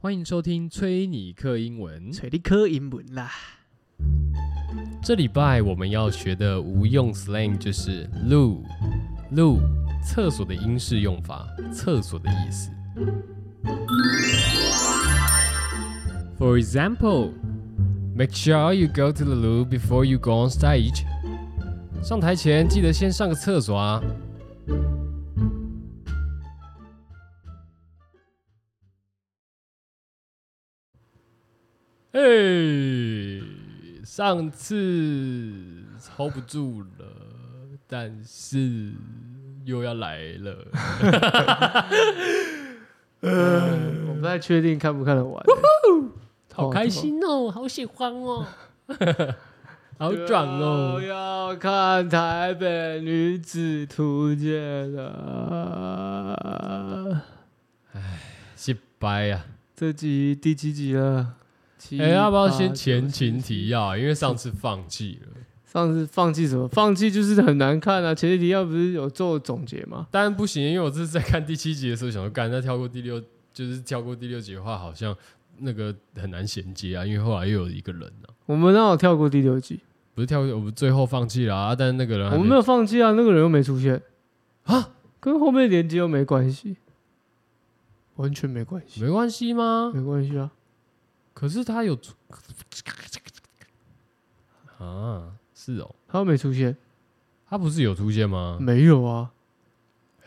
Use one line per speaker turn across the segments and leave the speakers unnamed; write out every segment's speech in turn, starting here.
欢迎收听崔尼克英文。
找你考英文啦。
这礼拜我们要学的无用 slang 就是 loo loo 厕所的英式用法，厕所的意思。For example, make sure you go to the loo before you go on stage. 上台前记得先上个厕所啊。嘿，上次 hold 不住了，但是又要来了。
嗯，我不太确定看不看得完、
好开心哦，好喜欢 哦，好爽哦
又！要看台北女子图鉴了。
失败呀！
这集第几集了？七
哎，要不要先
八
前
九
情提要啊？因为上次放弃了，
上次放弃什么？放弃就是很难看啊。前几题要不是有做总结吗？
当然不行，因为我这次在看第七集的时候，想说干，那跳过第六，就是跳过第六集的话，好像那个很难衔接啊，因为后来又有一个人啊，
我们那有跳过第六集，
不是跳过，我们最后放弃了啊，但是那个人还
我们没有放弃啊，那个人又没出现
啊，
跟后面连接又没关系，完全没关系，
没关系吗？
没关系啊。
可是他有出啊，是哦，
他又没出现，
他不是有出现吗？
没有啊，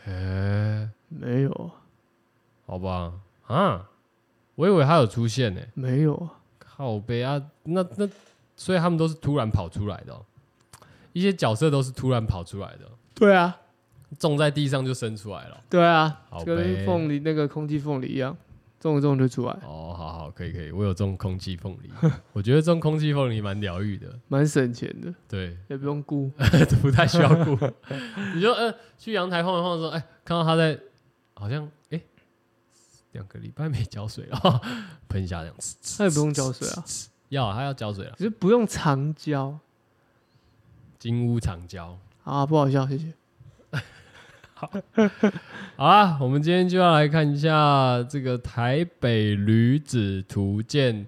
哎、
没有啊，
好吧，啊，我以为他有出现呢、
没有啊。
靠背啊，那那，所以他们都是突然跑出来的哦、一些角色都是突然跑出来的哦、
对啊，
种在地上就生出来了。
对啊
好，
就
呗
跟凤梨那个空气凤梨一样，种一种就出来，
哦，好好，可以可以，我有种空气凤梨，我觉得种空气凤梨蛮疗愈的，
蛮省钱的，
对，
也不用 顾。
不太需要顾。你就呃去阳台晃一晃的时候，哎、看到它在，好像哎两、个礼拜没浇水了， 喷一下这样子。
它也不用浇水啊，
要啊它要浇水了，
只是不用常浇
金屋藏娇。
啊，不好笑，谢
嗯
谢。
好啦，我们今天就要来看一下这个《台北女子图鉴》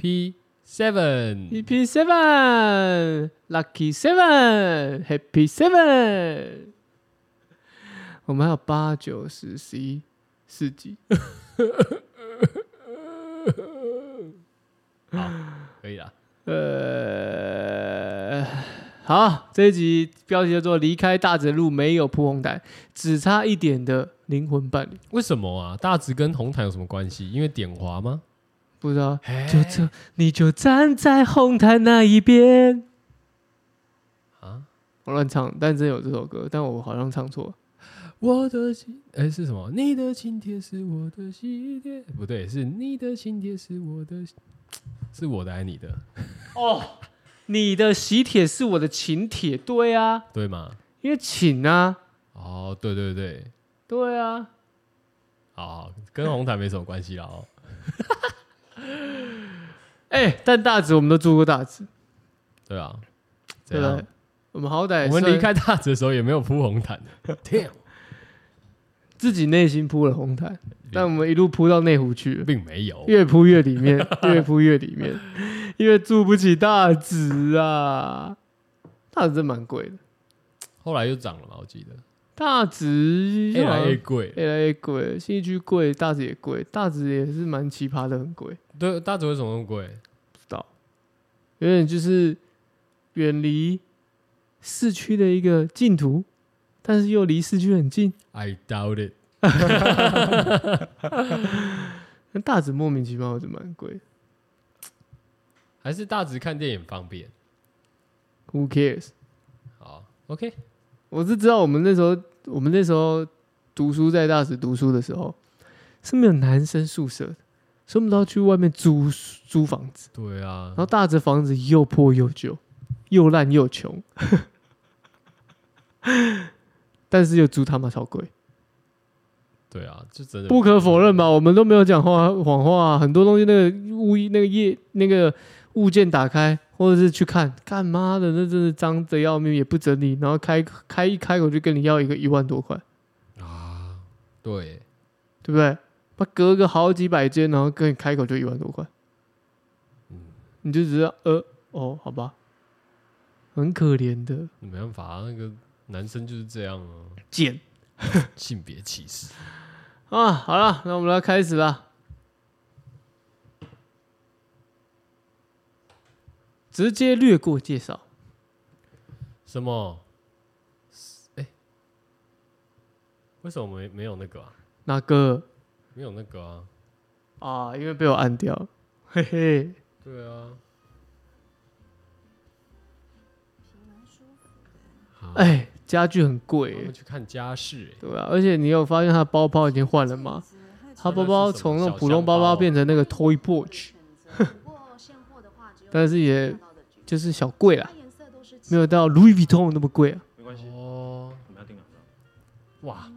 EP Seven。
EP Seven Lucky Seven Happy Seven，我们还有八九十十一四集，
好，可以了。
呃，好，这一集标题叫做“离开大直的路没有铺红毯，只差一点的灵魂伴侣
为什么啊？大直跟红毯有什么关系？因为点滑吗？”。
不知道，
就
就这，你就站在红毯那一边。
啊！
我乱唱，但真有这首歌，但我好像唱错了。
我的心，哎、是什么？你的请帖是我的喜帖，不对，是你的请帖是我的，是我的还是你的？
哦，你的喜帖是我的请帖，对啊，
对吗？
因为请啊，
哦，对对对，
对啊，
好，好跟红毯没什么关系啦哦。
哎、但大直我们都住过大直，
对啊，
对
怎
不
样
对？？哎我们好歹
我们
算
离开大直的时候也没有铺红毯 的。天，
自己内心铺了红毯，
嗯
但我们一路铺到内湖去了。
并没有。
越铺越里面，越铺越里 面，因为住不起大直啊，大直真蛮贵的，
后来又涨了嘛，我记得
大直
越来越贵。
越来越贵，新一区贵，大直也贵，大直也是蛮奇葩的，很贵，
对，大直为什么那么贵？
不知道，有点就是远离市区的一个净土，但是又离市区很近，
I doubt it。
那大直莫名其妙就蛮贵的
还是大直看电影方便。
，Who cares？
好，OK，
我是知道我们那时候，我们那时候读书在大使读书的时候是没有男生宿舍的，所以我们都要去外面租租房子。
对啊
然，后大直房子又破又旧，又烂又穷，但是又租他妈超贵。
对啊，就真的
不可否认吧，我们都没有讲话谎话啊、很多东西那个物那个业那个物件打开或者是去看，干妈的那真的脏的要命，也不整理，然后开开一开口就跟你要一个一万多块。
啊，对，
对不对？他隔个好几百间，然后跟你开口就一万多块，你就只是呃哦，好吧，很可怜的
没办法、啊，那个男生就是这样啊，
贱
性别歧视。
啊！好了，那我们来开始啦。直接略过介绍，
什么？哎、为什么没没有那个啊？
那个
没有那个啊？
啊，因为被我按掉了，嘿嘿。
对啊。好，
哎，家具很贵
我
耶
们，去看家世、
对啊，而且你有发现他的包包已经换了吗？他包包从那种普通包包变成那个 Toy Pouch，但是也就是小贵啦，没有到 Louis Vuitton 那么贵啊。
没关
哎
系，
哦，
我们要订啊哪张？
哇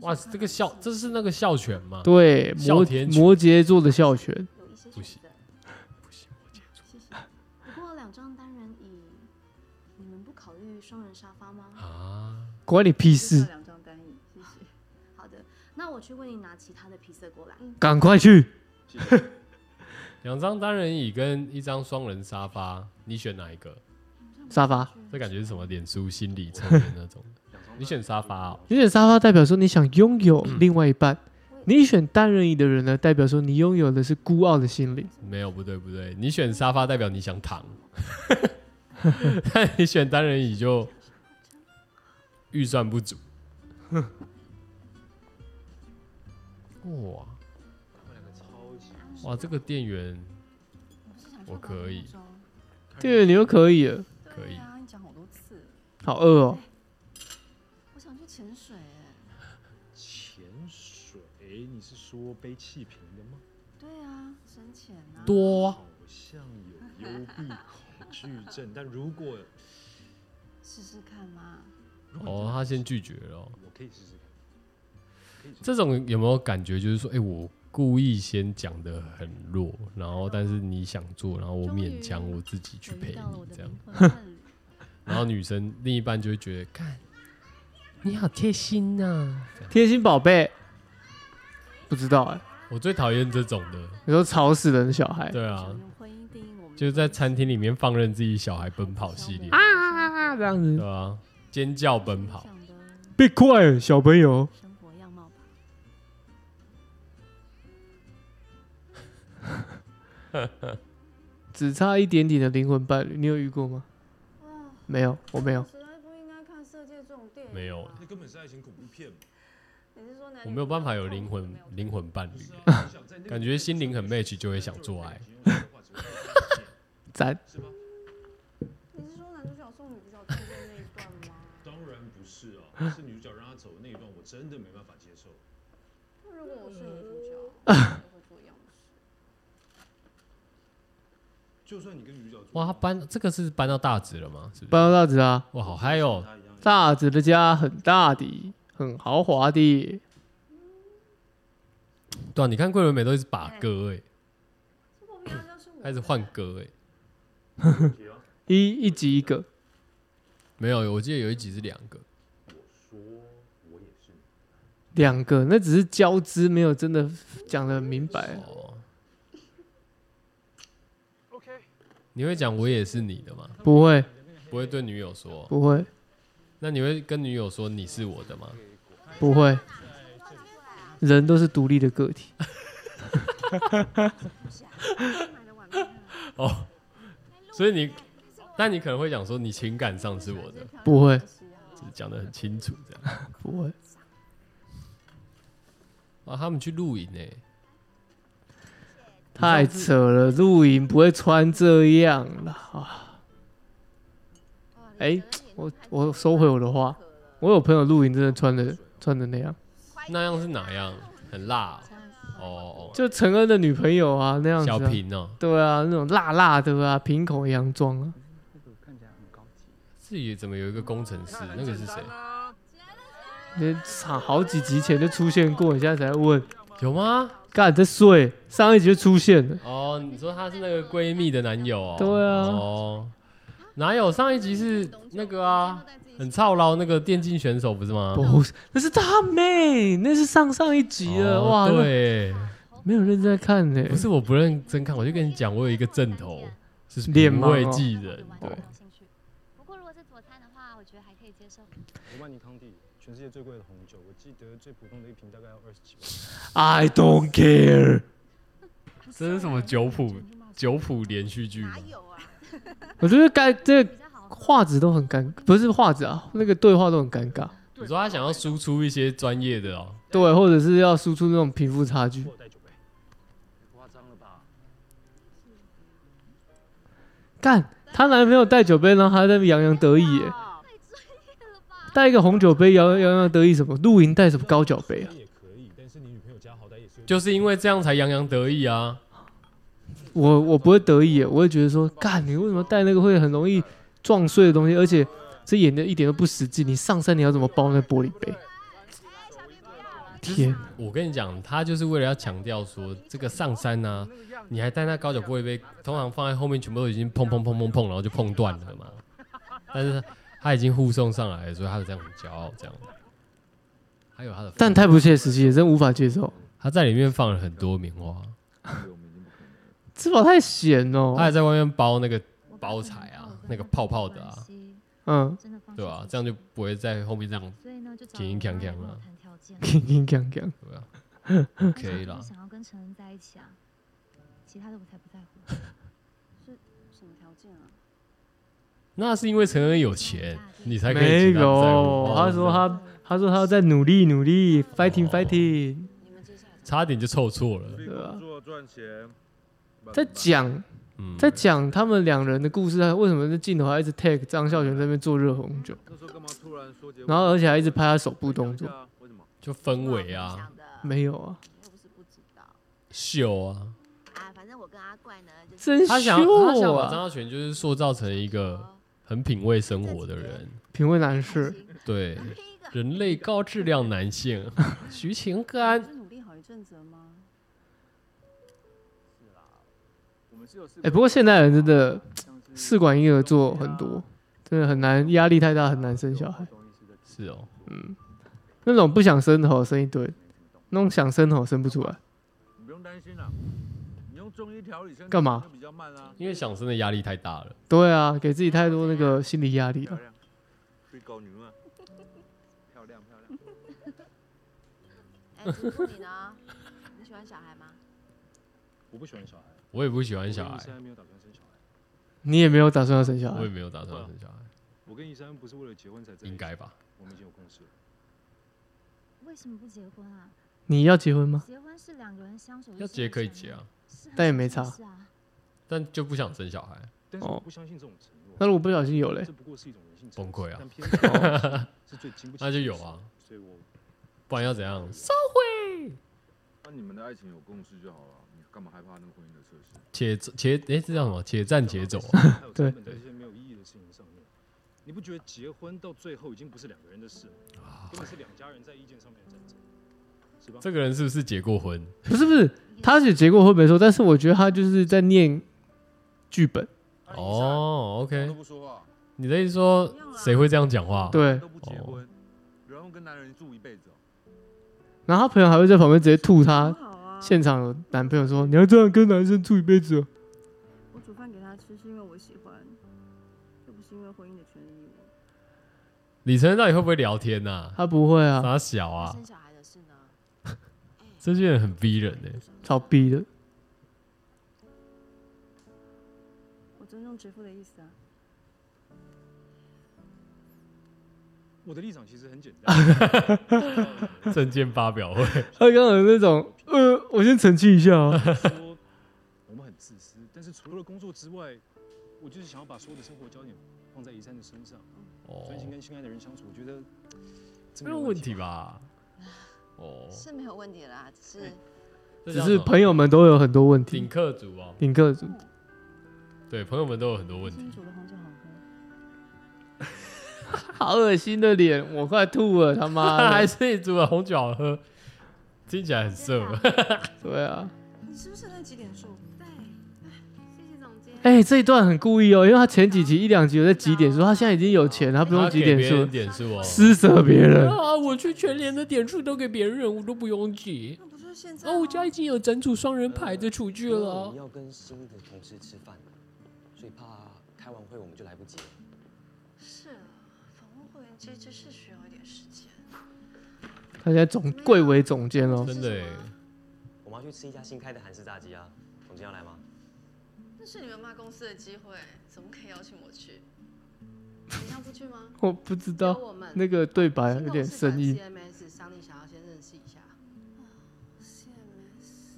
哇，这个
嗯
校这是那个校犬吗？
对，摩
哮啊天犬
摩羯座的哮犬，
有一些
不
选
行
择。谢谢。不过两张单人椅，你们不考虑双人沙发吗？
啊，
关你屁
就是
事！
两张单椅，谢谢。
好的，那我去为你拿其他的披色过来。
嗯
赶快去，
谢谢。
两张单人椅跟一张双人沙发，你选哪一个？
沙发。
这感觉是什么？脸书心理层面那种的。
两张
你选沙发哦
你选沙发代表说你想拥有
嗯
另外一半，你选单人椅的人呢，代表说你拥有的是孤傲的心灵。
没有，不对不对，你选沙发代表你想躺， 但你选单人椅就预算不足。哇
他们两个超级
哇，这个店员我可以
店员，你又可以了，
可以
对啊，你讲好多次，
好饿哦！
我想去潜水
欸
哎。
潜水，你是说背气瓶的吗？
对啊，深潜啊。
多啊
好像有幽闭恐惧症，但如果
试试看嘛。
如果
哦，他先拒绝了哦、
我可以试试看。可以试试
这种有没有感觉就是说，哎、我故意先讲的很弱，然后但是你想做，然后我勉强我自己去陪你这样，
样。
然后女生另一半就会觉得，看你好贴心呐、这样
贴心宝贝，不知道哎、
我最讨厌这种的。
你说吵死人的小孩，
对啊
想，用婚姻定义我们
就是在餐厅里面放任自己小孩奔跑系列，
啊
啊，
这样子
对啊，尖叫奔跑，
，Be quiet，小朋友。
生活样貌吧。
只差一点点的灵魂伴侣，你有遇过吗？
哇，
没有，我没有。
实在不应该看《色戒》这种电影。
没有
看这根本是爱情恐怖片嘛，
你是说男
我没有办法有灵魂灵魂伴
不
侣
是，啊你想在那个
感觉心灵很 match 就会想做爱，
赞，
是吗？
你是说男主角送女主角中间那一段吗？
当然不是啊，是女主角让他走的那一段，我真的没办法接受。
那如果我是女主 角，我也会做一样的事。
就算你跟女主角做
哇，他搬这个是搬到大直了吗？是不是？
搬到大子啊，
哇，好嗨哦！
他一样
大子的家很大的，很豪华的。
对啊，你看桂纶镁都一直把歌哎，
这我平常就是我
开始换歌哎，
有问题啊。
一一集一个，
没有，我记得有一集是两个，
我说我也是，
两个，那只是交织，没有真的讲的很明白。
哦。你会讲我也是你的吗？
不会，
不会对女友说，
不会，
那你会跟女友说你是我的吗？
不会。人都是独立的个体，
买的碗面
哦，所以你，但你可能会讲说你情感上是我的，
不会，
就是讲的很清楚这样。
不会。
啊，他们去露营诶，
太扯了，露营不会穿这样啦。啊！哎、我我收回我的话，我有朋友露营真的穿的穿的那样，
那样是哪样？很辣哦，哦
就陈恩的女朋友啊那样
哦，
子、
小
啊，
平哦，
对啊，那种辣辣的啊，平口洋装啊，
自己怎么有一个工程师？那个是谁？
那场好几集前就出现过，你现在才问，
有吗？
干你在睡，上一集就出现了，
哦，你说他是那个闺蜜的男友哦？
对啊
哦，哪有？上一集是那个啊，很操劳那个电竞选手不是吗？
不是，那是大妹，那是上上一集了，
哦
哇，那
对，
没有认真在看呢、
不是我不认真看，我就跟你讲，我有一个正头是
脸盲
不会
哦
记人，对，
不过如果是佐餐的话，我觉得还可以接受。
罗曼尼康帝，全世界最贵的红酒，我记得最普通的一瓶大概要二十几万。
I don't care，
这是什么酒谱酒谱连续剧吗
哪？有啊？
我觉得该这个
比较好，
画质都很尴，不是画质啊，那个对话都很尴尬，
你说他想要输出一些专业的哦，
对，或者是要输出那种贫富差距
我，有带酒杯，
夸张了吧？
干，她男朋友带酒杯，然后还在那边洋洋得意耶、
哦
带一个红酒杯洋洋洋洋得意什么？露营带什么高脚杯啊？
也可以，但是你女朋友家好歹也是有
就是因为这样才洋洋得意啊。
我我不会得意耶，我会觉得说，干你为什么带那个会很容易撞碎的东西，而且这演的一点都不实际。你上山你要怎么包那玻璃杯？天，
我跟你讲，他就是为了要强调说，这个上山呢、啊，你还带那高脚玻璃杯，通常放在后面全部都已经砰砰砰砰砰，然后就碰断了嘛。但是他已经护送上来了，所以他就这样很骄傲这样。还有他的，
但太不切实际了，真无法接受。
他在里面放了很多棉花，
哦吃饱太咸哦
他，还在外面包那个包材啊，那个泡泡的啊，
嗯，，
真的放
对吧、这样就不会在后面这样，
所以呢，就找
紧紧锵锵啊
了。谈条件
铿铿锵锵，
对吧、
可
可以啦
想要跟陈恩在一起啊，其他的我才不在乎。
什么条件啊？
那是因为陈恩有钱，你才可
没
以请他们在
有
乎哦。
他说他他说他要再努力努力，fighting fighting，
你们接下来
差点就凑错了，
努力
对啊
工作赚钱，
在讲
嗯，
在讲他们两人的故事，为什么那镜头还一直 take 张孝全在那边做热红酒，
那时候干嘛突然说结婚？
然后而且还一直拍他手部动作
对，啊，为什么？
就氛围啊。
嗯
没有啊，
又不是不知道。
秀啊，
哎，反正我跟阿怪呢，就是
真
他想要他
秀
想把
啊，
张孝全就是塑造成一个很品味生活的人，
品味男士。
对，人类高质量男 性，徐晴
不
干，
是努力好一阵子了吗？
是啦，我们是有试
哎、不过现代人真的
像是
试管婴儿做很多，真的很难，压力太大，很难生小孩。
中医师的
是哦，
那种不想生的吼生一堆，那种想生的吼生不出来。
你不用担心啦。你用中医调理身体
干嘛
就比较慢啊。
因为想生的压力太大了，
对啊，给自己太多那个心理压力
漂
了。
亮，水狗女嘛，漂亮漂亮。
哎，祖父你 呢？你喜欢小孩吗？
我不喜欢小孩，
我也不喜欢小
我跟医
孩，
生没有打算生小孩。
你也没有打算要生小
我也
孩，
没有打算要生小孩，
我跟医生不是为了结婚才在一起
应该，哦吧？
我们已经有共识了。
为什么不结婚啊？
你要结婚吗？
啊
结婚是两个人相处，
要结可以结，啊，
是很
但也没
正常
差
的事啊。
但就不想生小孩，
但是
哦
我不相信这种承诺。
那如果不小心有嘞
这，不过是一种人性
崩溃啊
但偏见是最经不起
那就有啊，
所以我
不然要怎样？
那你们的爱情有共识就好了，你干嘛害怕那个婚姻的测试？
且且哎，这叫什么？且战且走啊，
还有
对
成本在这些没有意义的事情上面，你不觉得结婚到最后已经不是两个人的事了，
啊
根本是两家人在意见上面的战争，是吧？
这个人是不是结过婚？
不是不是，他是结过婚没错，但是我觉得他就是在念剧本。
哦
都
，OK，
不说话，
你的意思说谁会这样讲话？
对，
都不结婚，然后跟男人住一辈子哦。
然后他朋友还会在旁边直接吐他
多好啊！
现场有男朋友说：“你要这样跟男生住一辈子、哦。
我煮饭给他吃是因为我喜欢，又不是因为婚姻的权利义务。
李晨到底会不会聊天呐”、
他不会
啊？
啊，
傻小啊，
生小孩的事呢？
这些人很逼人欸呢、
超逼的。
我尊重职父的意思啊。
我的立场其实很简 单，
证件发表 会，
他刚刚有那种，呃，我先澄清一下 啊，
说我们很自私，但是除了工作之外，我就是想要把所有的生活焦点放在一善的身上，
哦
专心跟心爱的人相处，我觉得这
没有问题 吧？哦，
是没有问题啦，只是
只是朋友们都有很多问
顶
题。
客族哦，
顶客族，
对，朋友们都有很多问
新
题。
煮的红酒好喝。
好恶心的脸，我快吐了，他妈的！
还
还
是你煮了红酒好喝，听起来 很色。
对啊，
你是不是那几点数？
对，哎谢谢总监。
哎、这一段很故意哦，因为他前几集一两集有在几点数，他现在已经有钱了，他不用
他
几
给
点
别人
数，
点 数哦。
施舍别人。
啊，我去全联的点数都给别人，我都不用记。
那不就是现在
啊，
吗？
我家已经有整组双人牌的厨具
因为
了
我
啊
们。
嗯
要跟新的同事吃饭，所以怕开完会我们就来不及了。
是啊，访问会员机制是需要一点时间。
他现在总贵为总监哦，
真的欸耶，
我们要去吃一家新开的韩式炸鸡啊，总监要来吗？
那是你们骂公司的机会，怎么可以邀请我去？你要不去吗？
我不知
啊
有
道
我们
那个对白有点生硬。
CMS 商定想要先认识一下。CMS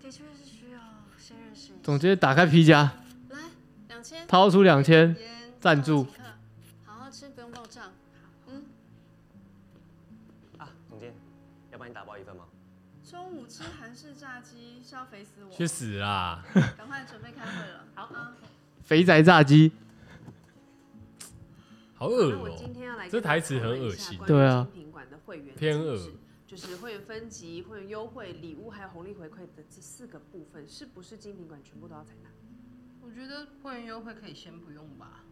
的确是需要先认识一下。
总监打开皮夹，
来两千
掏出两千，
烟
赞助，
几克好好吃，不用报账。嗯，
啊，总监，要帮你打包一份吗？
中午吃韩式炸鸡是要肥死我，
去死啦！
赶快准备开会了。好
嗯
啊，
肥宅炸鸡，
好恶
啊
那我
哦、
今天要来跟
这台词很
大家讨论一
恶
下
心
关于
对啊
精品馆的会员
偏恶
机制就是会员分级、会员优惠、礼物还有红利回馈的这四个部分，是不是精品馆全部都要采纳？我觉得会员优惠可以先不用吧。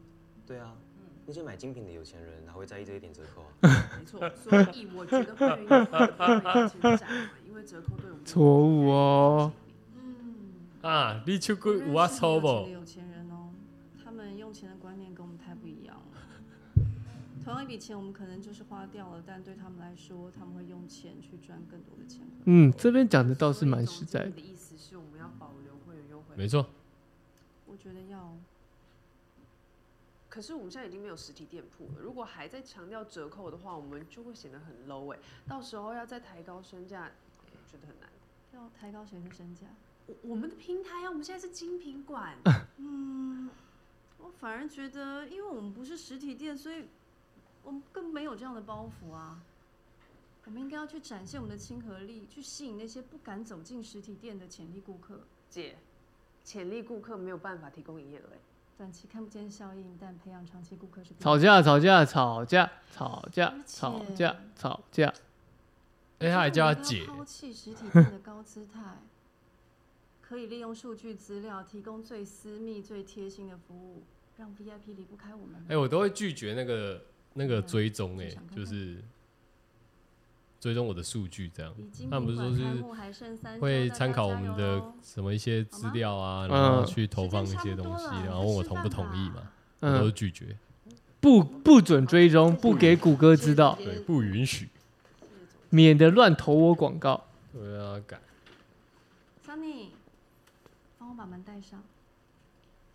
对啊，
嗯，
那些买精品的有钱人哪会在意这一点折扣啊？
没错。所以我觉得会员优惠可以先暂缓，因为折扣对我们
错误哦。
嗯，
啊，你去过
我认识
有我
很
抽不
有钱的？有钱人哦，他们用钱的观念跟我们太不一样了。同样一笔钱，我们可能就是花掉了，但对他们来说，他们会用钱去赚更多的钱回来。
嗯，这边讲的倒是蛮实在
所以
的
总经。理的意思是我们要保留会员优惠，
没错，
我觉得要
可是我们现在已经没有实体店铺了，如果还在强调折扣的话，我们就会显得很 low 哎、到时候要再抬高身价，我觉得很难。
要抬高谁的身价。
我我们的平台啊，我们现在是精品 馆，
嗯，我反而觉得，因为我们不是实体店，所以我们更没有这样的包袱啊。我们应该要去展现我们的亲和力，去吸引那些不敢走进实体店的潜力顾客。
姐，潜力顾客没有办法提供营业额哎、
短期看不见效应，但培养长期顾客是必
吵
要
架，
的。
吵架，吵架，吵架
而，且
吵架，吵架。
哎、他还叫他哎姐
我觉得我们应该要，抛弃实体店的高 姿态，可以利用数据资料提供最私密、最贴心的服务，让 VIP 离不开我们。
哎、我都会拒绝那个那个追踪，哎
想看，看
就是追踪我的数据这样。
离精
他们
品
不是说
馆开
是
幕还剩三周
会
大
参
家
考
加
我们
油
的
喽
什么一些资料啊，
嗯
然后去投放一些东
时
西，
间差不多了
然后问我同不同意嘛，我都
嗯，
拒绝，
不不准追踪，不给谷歌知道，
对，不允许。
免得乱投我广告。
对啊，改
Sunny，帮我把门带上，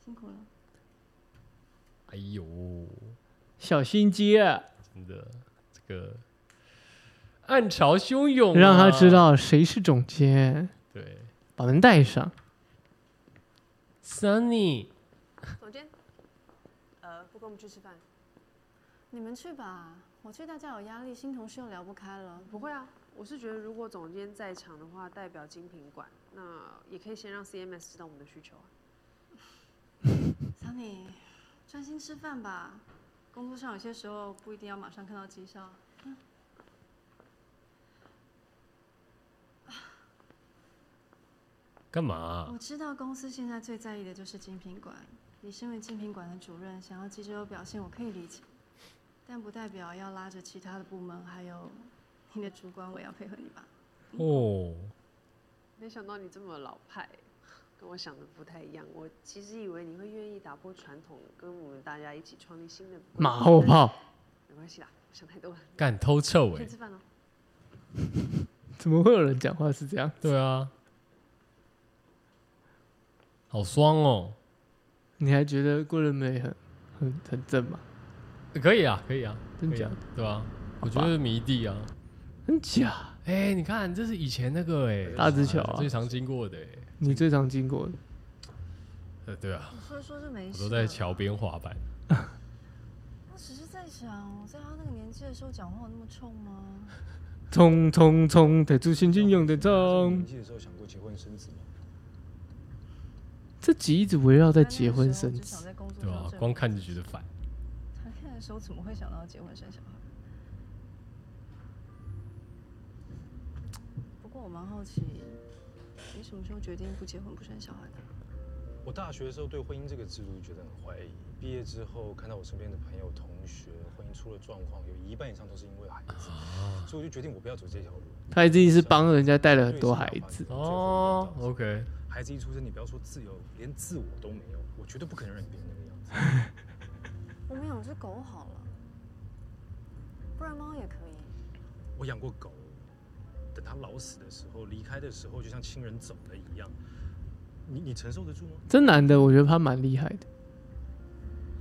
辛苦了。
哎呦，
小心机啊，
真的这个暗潮汹涌、啊，
让他知。道谁是总监，
对
把门带上。
，Sunny，
总监，呃，不跟我们去吃饭？
你们去吧，我去大家有压力，新同事又聊不开了。
不会啊，我是觉得如果总监在场的话，代表精品馆，那也可以先让 CMS 知道我们的需求啊。
Sunny，专心吃饭吧，工作上有些时候不一定要马上看到绩效。嗯
干嘛、
我知道公司现在最在意的就是精品馆，你身为精品馆的主任，想要绩优表现，我可以理解，但不代表要拉着其他的部门还有你的主管，我也要配合你吧。
哦，
没想到你这么老派，跟我想的不太一样。我其实以为你会愿意打破传统，跟我们大家一起创立新的规则
马后，炮，
嗯
但没关系啦，想太多了。
干偷臭哎、
先吃饭了。
怎么会有人讲话是这样？
对啊，好爽哦、
你还觉得郭仁美很很很正吗？
欸可以啊，可以啊，
真
可以
假
啊？对吧、我觉得迷弟啊，
真假？
哎、你看这是以前那个哎、
大直桥啊
最常经过的哎、
你最常经过的，
呃，对啊，
你说说是没
我
事，
都在桥边滑板，
我只是在想，我在他那个年纪的时候讲话有那么冲吗？
冲冲冲，得出心经用得
年
嗯
中。
纪的时候想过结婚生子吗？
这集一直围绕在
那
结
个
婚
时候
生
只想
子，
在工作
对
上
吧、
证
光
明
看
自
就觉
己
得烦。
谈恋爱的时候怎么会想到结婚生小孩？ 不过我蛮好奇，你什么时候决定不结婚不生小孩的？
我大学的时候对婚姻这个制度觉得很怀疑，毕业之后看到我身边的朋友、同学婚姻出了状况，有一半以上都是因为孩子，
啊
所以我就决定我不要走这条路。
他一定是帮人家带了很多孩子，
哦，OK，
孩子一出生，你不要说自由，连自我都没有，我绝对不可能让你变成那个样子。
我们养只狗好了，不然猫也可以。
我养过狗，等它老死的时候，离开的时候，就像亲人走了一样。你你承受得住吗？
这男的我觉得他蛮厉害的，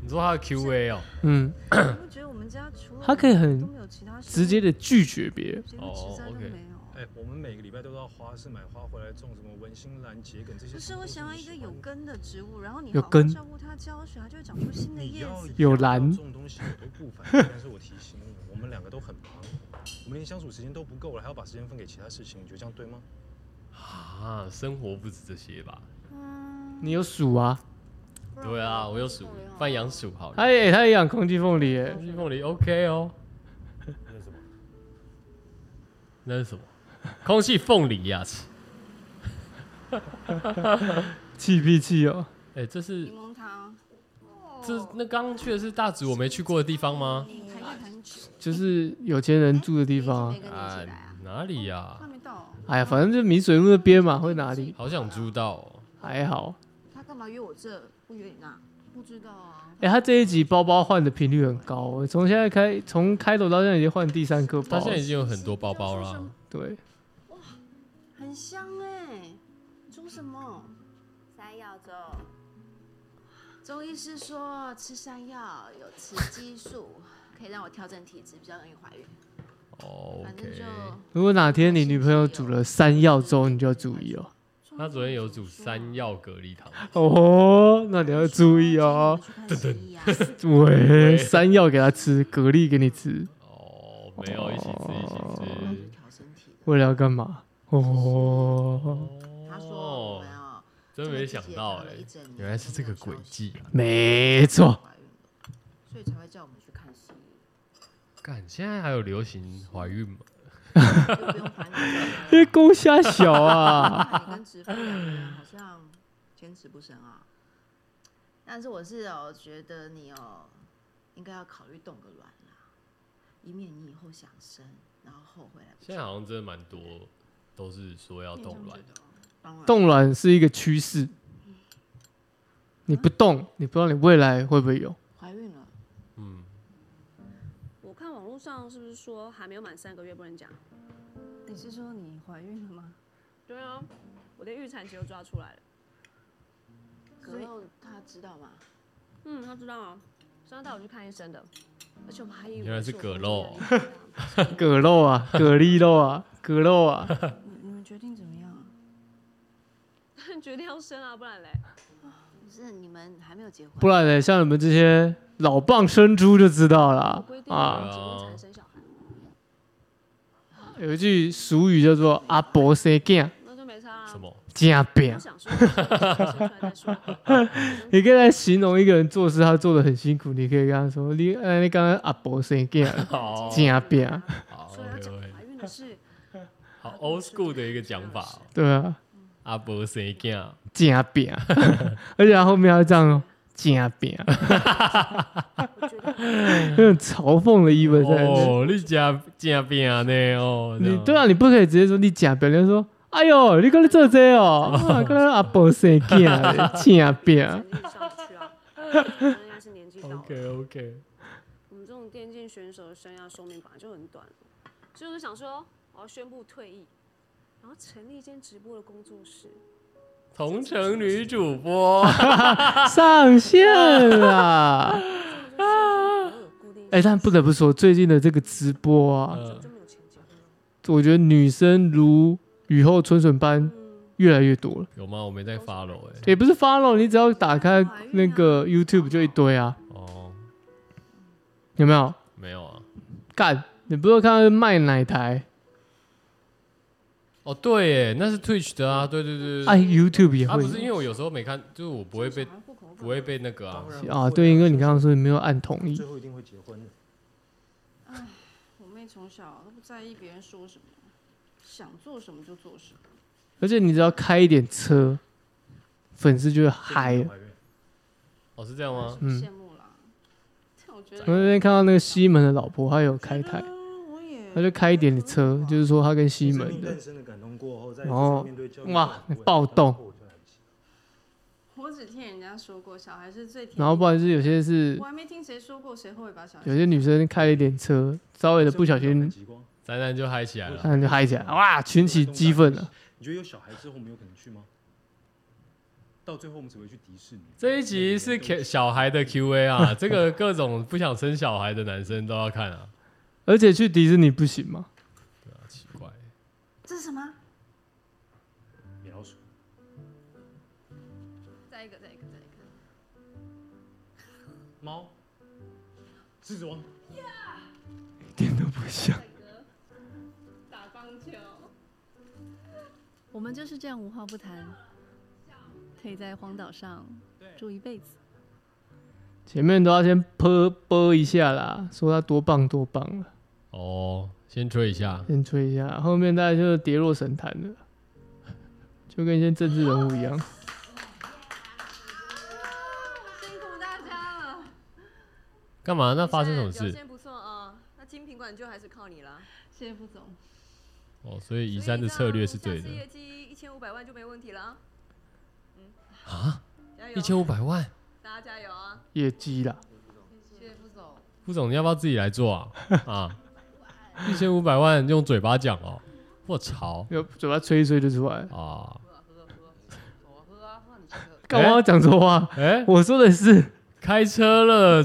你说他的 Q&A 哦，
嗯，
你不觉得我们家除了
他可以很
都没有其他事
直接的拒绝别人，
连个植栽都
哦，OK
没有？
哎，我们每个礼拜都到花市买花回来种什么文心兰、桔梗这些。
不是，我想要一个有。根的植物，然后你
有
好好
根
照顾它、浇水，它就会长出新的
你
叶
要
子。
有
兰
蓝
这种东西我都不反 对，但是我提醒你，我们两个都很忙，我们连相处时间都不够了，还要把时间分给其他事情，你觉得这样对吗？
啊，生活不止这些吧？
嗯，
你有鼠啊？
不然
对啊，
我
我有鼠，放养鼠好了，
他也他也养哎空气凤梨耶，
金凤梨 OK 哦，
那是什么？
那是什么？空气凤梨呀、
气屁气哦，
哎、这是
柠檬糖，
这那刚刚去的是大直我没去过的地方吗？
你谈恋爱很久，
就是有钱人住的地方啊
每。个年
啊
纪来啊，，
哪里呀、
还没到哦。
哎呀，反正就米水路那边嘛，会哪里
好想知道、哦。
还好。
他干嘛约我这，不约你那？
不知道啊，
哎、他这一集包包换的频率很高，我从现在开从开头到现在已经换第三颗包
他现在
了
已。经有很多包包啊
这样说
啦
是，
对，
很香哎、煮什么？
山药粥，
中医师说吃山药有雌激素，可以让我调整体质，比较容易怀孕。
哦
反正
，OK，
就
如果哪天你女朋友煮了山药粥，你就要注意哦。
他昨天有煮山
嗯
药蛤蜊汤，
哦，那你要注意哦。
对对，
对，山药给他吃，蛤蜊给你吃，
哦，没有一起吃一起吃，
调身体的。
为了要干嘛？哦，
哦，
嗯他说我们哦，
真没想到哎、
这个季节看了一整年
原来是这个诡计啊！
没错，
怀孕了，所以才会叫我们去看 西医，
干，现在还有流行怀孕吗？
就不用烦你了。
因为公虾小 啊。
看你跟直夫两个人好像坚持不深啊。但是我是哦，觉得你哦，应该要考虑冻个卵啦，以免你以后想生，然后后悔来不及。
现在好像真的蛮多都是说要冻卵，
哦当然，
冻卵是一个趋势，你不动，你不知道你未来会不会有。
怀孕了，
嗯，
我看网络上是不是说还没有满三个月不能讲？
你是说你怀孕了吗？
对啊，我的预产期都抓出来了。
可乐他知道吗？
嗯，他知道啊，上次带我去看医生的，而且我们还以为
原来是
我
葛
工
肉
作压力很大
蛤肉啊，蛤蜊肉啊，蛤肉啊，
你你们决定怎么样啊？
但 决定要生啊，不然嘞，
啊不是你们还没有结婚？
不然呢？像你们这些老棒生猪就知道
我
了
规定
啊。
结婚才能生小孩，
有一句俗语叫做“阿伯生囝，
那就没差啊。
什么？
正
我
饼
想说，生出来再说。”。
你可以来形容一个人做事，他做的很辛苦，你可以跟他说：“你，哎，你刚刚阿伯生囝，
啊
好，
正饼。
好
所以要讲
，OK，OK
怀孕的事，
好 old school 的一个讲法哦、”
对啊，
阿伯生囝，
正饼， 而且他后面还这样哦，正饼，
我觉得
那种嘲讽的意味在里面。
嗯哦，你假假饼呢？哦，
你对
啊，
啊，你不可以直接说你假饼，你要说：“哎呦，你跟你做这哦，哇，跟阿伯生 囝，正饼。
成绩上不去啊，应该是年纪到了。
OK OK，
我们这种电竞选手的生涯寿命本来就很短了，所以我就想说，我要宣布退役，然后成立一间直播的工作室。
同城女主 播，
上线啦！
这样我就生活有固定
哎、但不得不说，最近的这个直播啊，
嗯
就没有钱结婚了。
我觉得女生如雨后春笋般
嗯，
越来越多了，
有吗？我没在 follow 哎、
也不是 follow，你只要打开那个 YouTube 就一堆啊，
哦，
有没有？
没有啊。
干，你不是看到卖奶台，
哦，对耶，那是 Twitch 的啊，对对对对
哎、
对。
YouTube 也
啊，
会
不是因为我有时候没看，就是我不会被不会被那个啊
当，然
啊？对，因为你刚刚说你没有按同意
最，后一定会结婚的。
我妹从小都不在意别人说什么，想做什么就做什么。
而且你只要开一点车，粉丝就会嗨了。
哦，是这样吗？
嗯
羡慕啦。但我觉得
我那天看到那个西门的老婆，她有开台，她就开一点的车，就是说她跟西门的，然后哇暴动，
我只听人家说过，小孩是最甜。
然后不然就是有些是
我还没听谁说过谁会把小孩。
有些女生开了一点车，稍微的不小心，
宅男就嗨起来了。
她就嗨起来，哇，群起激愤了。
你觉得有小孩之后我们有可能去吗？到最后我们只会去迪士尼。
这一集是 Q 小孩的 Q&A 啊， 这个各种不想生小孩的男生都要看啊，
而且去迪士尼不行吗？
奇怪。
这是什么？
米老鼠，
再一个，再一个，再一个。
猫，狮子王，
一点都不像。
打棒球。
我们就是这样无话不谈，可以在荒岛上住一辈子。
前面都要先播播一下啦，说她多棒多棒了，
哦，先吹一下，
先吹一下，后面大家就跌落神坛了，就跟一些政治人物一样。
辛苦大家了。
干嘛？那发生什么
表
事？
现不错啊，那金品管就还是靠你啦。
谢谢副总。
哦，所以移山的策略是对的
下次业绩一千五百万就没问题了啊。
啊，
加油！
一千五百万，
大家加油啊！
业绩啦，
谢谢副总。
副总你要不要自己来做 啊？啊，一千五百万用嘴巴讲哦，我操
要嘴巴吹一吹就出来了。
啊！
干嘛要讲错话？
哎、
我说的是
开车了，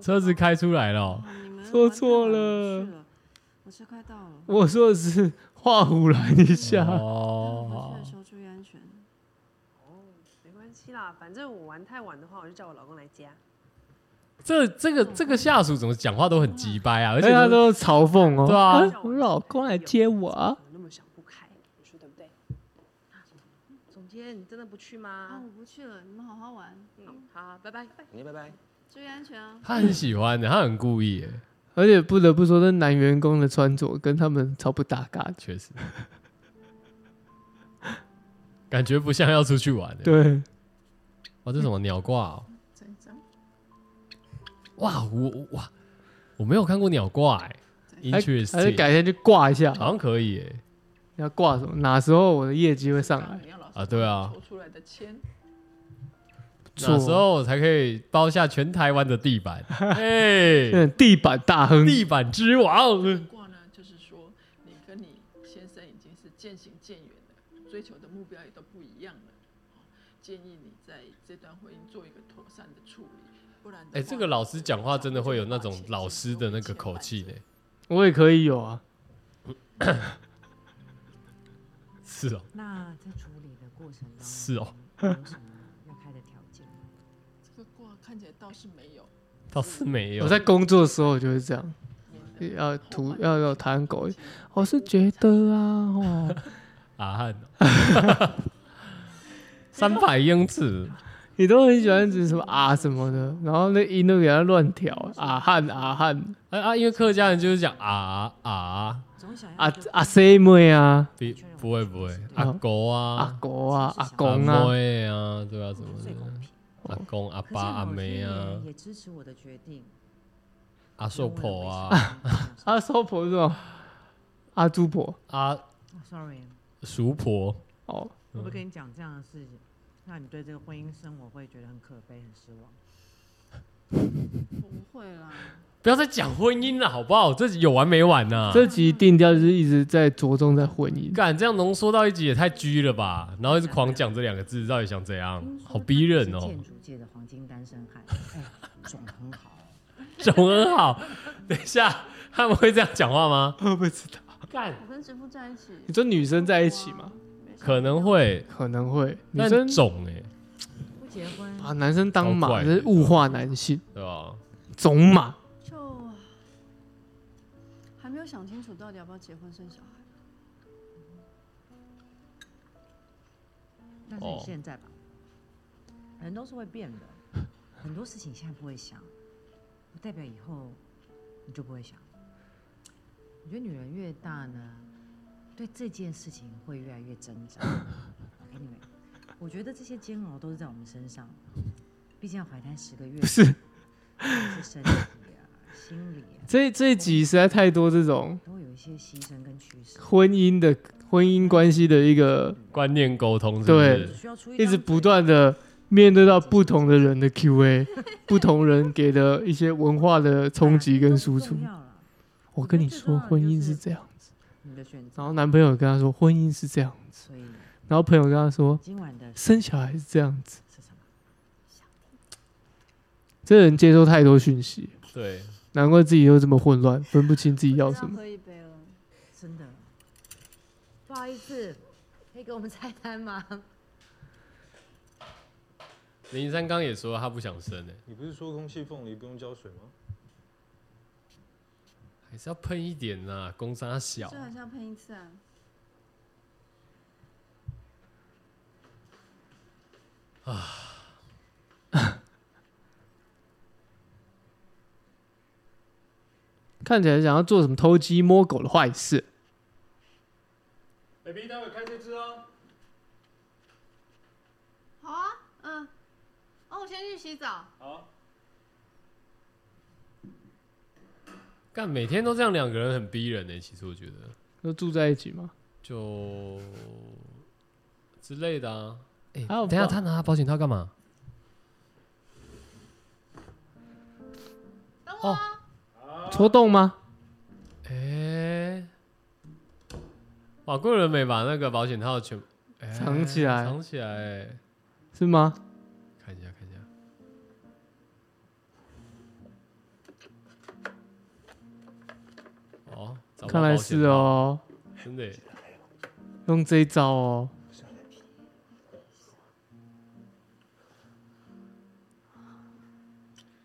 车子开出来了哦、
说错了，
我车快到了，
我说的是画虎来一下。
哦，
的时候注意安全。
哦，没关系啦，反正我玩太晚的话，我就叫我老公来接啊。
这这个这个下属怎么讲话都很急掰啊，而
而
且
哎且他
都
都嘲讽哦，
对啊
啊我老公来接我啊，
那么想不开，你说对不对？总监，你真的不去
啊，
吗？
我不去了，你们好好玩，
嗯，好，拜拜。
你拜拜。
注意安全啊。
他很喜欢的，他很故意耶，
而且不得不说，那男员工的穿着跟他们超不搭嘎的。
确 实，感觉不像要出去玩耶。
对，
哇，这什么鸟挂、哦？
这一张，
哇，我我哇，我没有看过鸟挂哎、
还
Interesting，
还是改天去挂一下，
好像可以耶、
要挂什么？哪时候我的业绩会上来？
要老师
啊，对啊，
抽出来的签，
哪时候我才可以包下全台湾的地 板？哎、
嗯，地板大亨，
地板之王，
卦呢，就是说你跟你先生已经是渐行渐远了，追求的目标也都不一样了。哦建议你在这段婚姻做一个妥善的处理，不然的
哎、
话
这个老师讲话真的会有那种老师的那个口气呢、
我也可以有啊。
是哦，
那在处理的过程当中，
是哦，
有什么要开的条件吗？
这个卦看起来倒是没有，
倒是没有。
我在工作的时候就是这样，要图要要谈狗，我是觉得啊，哦，
阿汉哦， 三百英尺，
你都很喜欢指什么啊什么的，然后那音都给他乱调，啊汉啊汉
啊啊，因为客家人就是讲啊啊，
总想要
啊啊 C 妹啊，
比不会不会，阿狗
阿
啊，
狗啊阿
阿
公啊，
妹啊，对啊，什么
最
的，
公平。
阿公阿
可是
爸阿
某些
妹啊
人，也支持我的决定，
阿寿婆啊，
啊
阿叔婆是吗？阿猪婆
阿
哦，sorry，
叔婆，
哦，
我不跟你讲这样的事情，那你对这个婚姻生活会觉得很可悲、很失望。
不会啦。
不要再讲婚姻了，好不好？这有完没完呐？
这集定调就是一直在着重在婚 姻，
敢这样浓缩到一集也太拘了吧？然后一直狂讲这两个字，到底想怎样？好逼人
嗯是
哦，
建筑界的黄金单身 汉，哎，总很好哦。
总很好。等一下，他们会这样讲话吗？
我不知道。
干，
我跟直夫在一起，啊
你说女生在一起吗？
可能会，
可能会，女
但
生
种哎、
不结婚，
把男生当
超
马，
怪
这
的
是物化男性，
对吧？
种马。
就啊还没有想清楚到底要不要结婚生小孩。
但是你
哦
现在吧，人都是会变的，很多事情现在不会想，不代表以后你就不会想。我觉得女人越大呢，对这件事情会越来越挣扎。Anyway，我觉得这些煎熬都是在我们身上，毕竟要怀胎十个月，不
是
是身体啊、心理啊，
这这一集实在太多这种
都有一些牺牲跟取舍。
婚姻的婚姻关系的一个
观念沟通是不
对
是？，
一直不断的面对到不同的人的 Q&A，不 同人给的一些文化的冲击跟输出。我跟你说，婚姻是这样子。
你的选择，
然后男朋友跟他说，婚姻是这样子
所以。
然后朋友跟他说
今晚的，
生小孩是这样子。这人接收太多讯息，
对，
难怪自己又这么混乱，分不清自己要
我
什么。
喝一杯了，真的。不好意思，可以给我们菜单吗？
林一山刚也说他不想生欸诶、
你不是说空气凤梨不用浇水吗？
还是要喷一点呐、公沙小
就。还是要喷一次啊。
看起来想要做什么偷鸡摸狗的坏事。
baby，待会开车吃哦。
好啊，嗯，哦，我先去洗澡。
好。
干每天都这样，两个人很逼人呢、其实我觉得
都住在一起吗？
就之类的啊。哎、
还有
等一下
保
他拿保险套干嘛？
哦，戳洞吗？
哎、瓦贵人没把那个保险套全、哎
藏起来
藏起来欸、
是吗？
看一下，看一下。哦，找不到
看来
保险
是哦，
套，真的耶。
用这一招哦。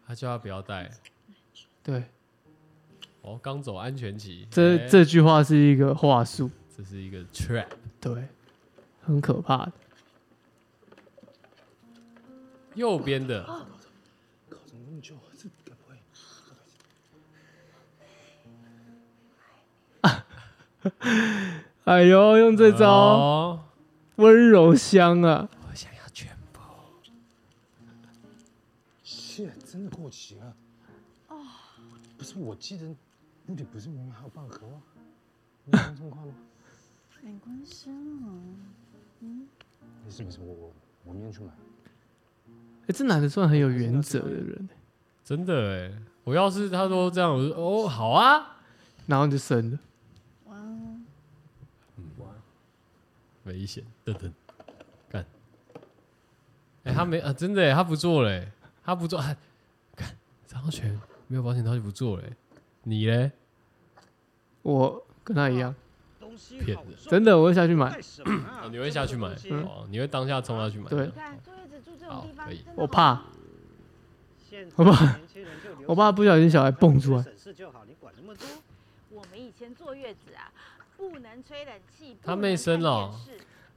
他叫他不要带。
对，
哦，刚走安全期，
这、
哎
这句话是一个话术，
这是一个 trap。
对，很可怕的。
右边的，
靠，怎么那么久啊？这该不会……
哎呦，用 这招
哦，
温柔乡啊！
我想要全部。
谢，真的过期了。
哦，
不是，我记得那里不是明明还有半盒吗？你有这么快吗？
没关系啦，嗯，
没事没事，我我我明天去买。
哎，这男的算很有原则的人，
哦真的哎、我要是他都这样，我就哦好啊，
然后就生了。
晚安。
危险，等等，干。哎、他没啊，真的、欸，他不做嘞、他不做，啊、看张全没有保险套就不做嘞、欸你嘞？
我跟他一样，
骗人。
真的，我会下去买。
哦你会下去买、
嗯
哦，你会当下冲下去买。哦
对，
啊
好，可以。
我怕，我
哎
怕，我怕不小心小孩蹦出来。
我们以前坐月子啊，不能吹冷气，
他妹生了哦，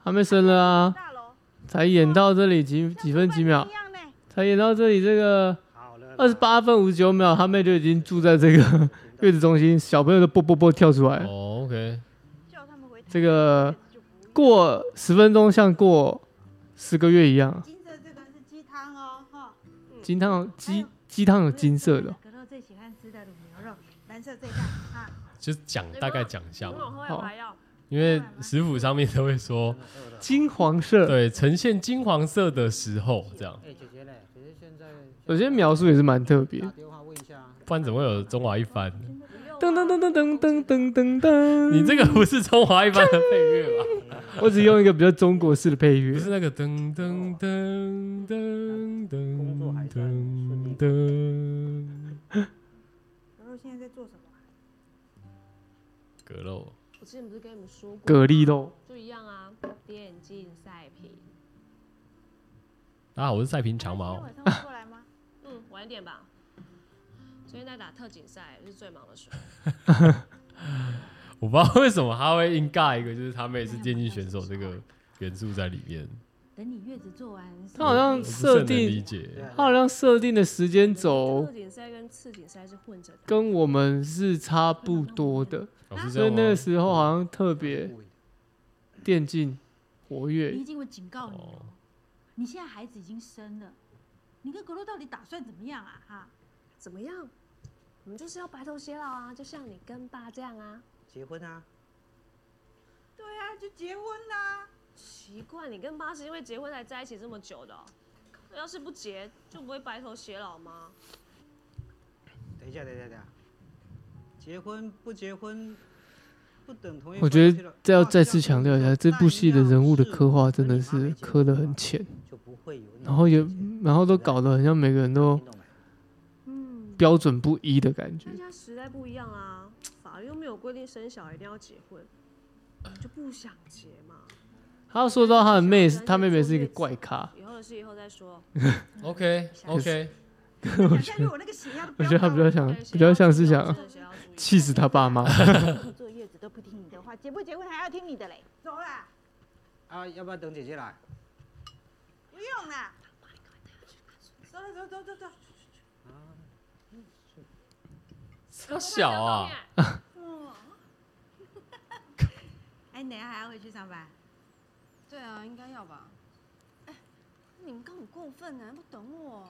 还没生了啊，才演到这里几几分几秒，才演到这里这个二十八分五十九秒，他妹就已经住在这个月子中心，小朋友都啵啵啵跳出来了。
哦，OK，
这个过十分钟像过十个月一样，
金色这个是鸡汤哦，哈，嗯
金汤鸡鸡汤有金色的哦，
可乐最喜欢吃的卤牛肉，蓝色最大啊。
就讲大概讲一下
我
嘛，
喝完麻药，
因为食谱上面都会说
金黄色，
对，呈现金黄色的时候这样，
哎，姐姐嘞，姐姐现在
有些描述也是蛮特别。
打电话问一下啊。
不然怎么会有中华一番？
噔噔噔噔噔噔噔噔，
你这个不是中华一番的配乐
嗯
吧？
我只用一个比较中国式的配乐，
不是那个噔噔噔噔噔噔噔，
可乐现在在做什么啊？
阁楼
我之前不是跟你们说过吗，
蛤蜊肉
就一样啊，跌眼镜、晒皮。
大啊家好，我是赛平长毛。
晚上会过来吗？ 嗯，晚一点吧。最近在打特警赛，是最忙 的时候。
我不知道为什么他会硬尬一个，就是他妹是电竞选手这个元素在里面。
等你月子做完，
他好像设
我不是很能
定
理解，
他好像设定的时间轴
特警赛跟次警赛是混着打。
跟我们是差不多的
哦是，这
所以
样吗
那个时候好像特别电竞活跃
李，经文警告你哦，你现在孩子已经生了，你跟格洛到底打算怎么样啊？哈，
怎么样？我们就是要白头偕老啊，就像你跟爸这样啊。
结婚啊，
对啊，就结婚啦、奇怪，你跟爸是因为结婚才在一起这么久的哦、要是不结，就不会白头偕老吗？
等一下，等一下，等一下，结婚不结婚，不等同于
我觉
关系
得
了
再要再次强调一下，这部戏的人物的刻画真的是刻得很浅，然后也然后都搞得很像每个人都标准不一的感觉
大。家时代不一样啊，法律又没有规定生小孩一定要结婚，你就不想结嘛。
他说到他的妹是，他妹妹是一个怪咖。
以后的事以后再说。
OK
可是
OK，
我觉得我觉得他比较想比较像是想气死他爸妈。
坐月子都不听你的话，结不结婚还要听你的嘞。走啦，
啊，要不要等姐姐来？
不用啦。走了，走走走走。
他小啊，
哦， 哎，你等一下还要回去上班？
对啊，应该要吧。哎，你们刚很过分
啊
呢，不懂我。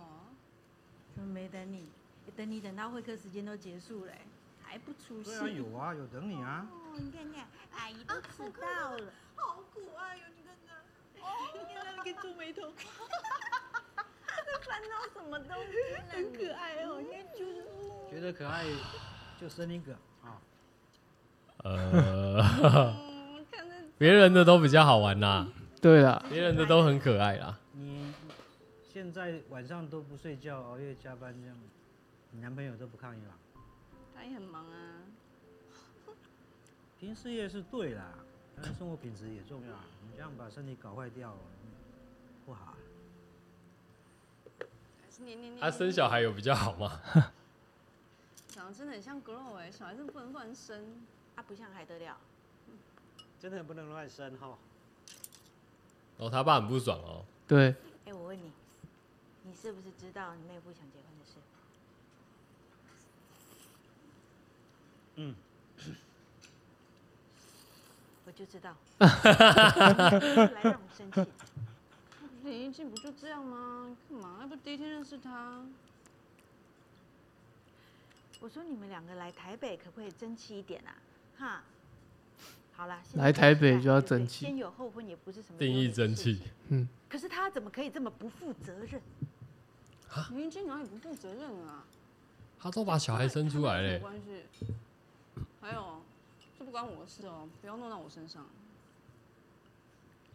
怎么没等你？等你等到会课时间都结束了，还不出
对啊，
现？
有啊，有等你啊。
哦，你看看，阿姨都迟啊到了，好可爱哟！你看看，哦，你看看那个皱眉 头，在烦恼什么东西呢？很可爱哦，你看就是
觉得可爱就生一个啊。
呃，
嗯
别人的都比较好玩啦，
对啦，
别人的都很可爱啦。
你现在晚上都不睡觉，熬夜加班这样，你男朋友都不抗议啦？
他也很忙啊。
拼事业是对啦，但是生活品质也重要啊。你这样把身体搞坏掉，嗯不好啊。
还是黏黏黏。
他啊生小孩有比较好吗？
长得真的很像 Glow 哎、小孩真的不能乱生，啊，不像还得了？
真的不能乱生哈。
哦，他爸很不爽哦。
对，
哎，我问你，你是不是知道你妹夫想结婚的事？
嗯，
我就知道，来让我生气。
林一啊静不就这样吗？干嘛？那不第一天认识他，
我说你们两个来台北可不可以争气一点啊？哈，好啦，现在
来台北就要
对
争
先
气，
有后婚也不是什么
定
丢
义
脸的
真
事
气，
嗯，
可是他怎么可以这么不负责任？
啊
林一静哪里不负责任啊？
他都把小孩生出来
有 什么
嘞。
关系？还有，这不关我的事哦，不要弄到我身上。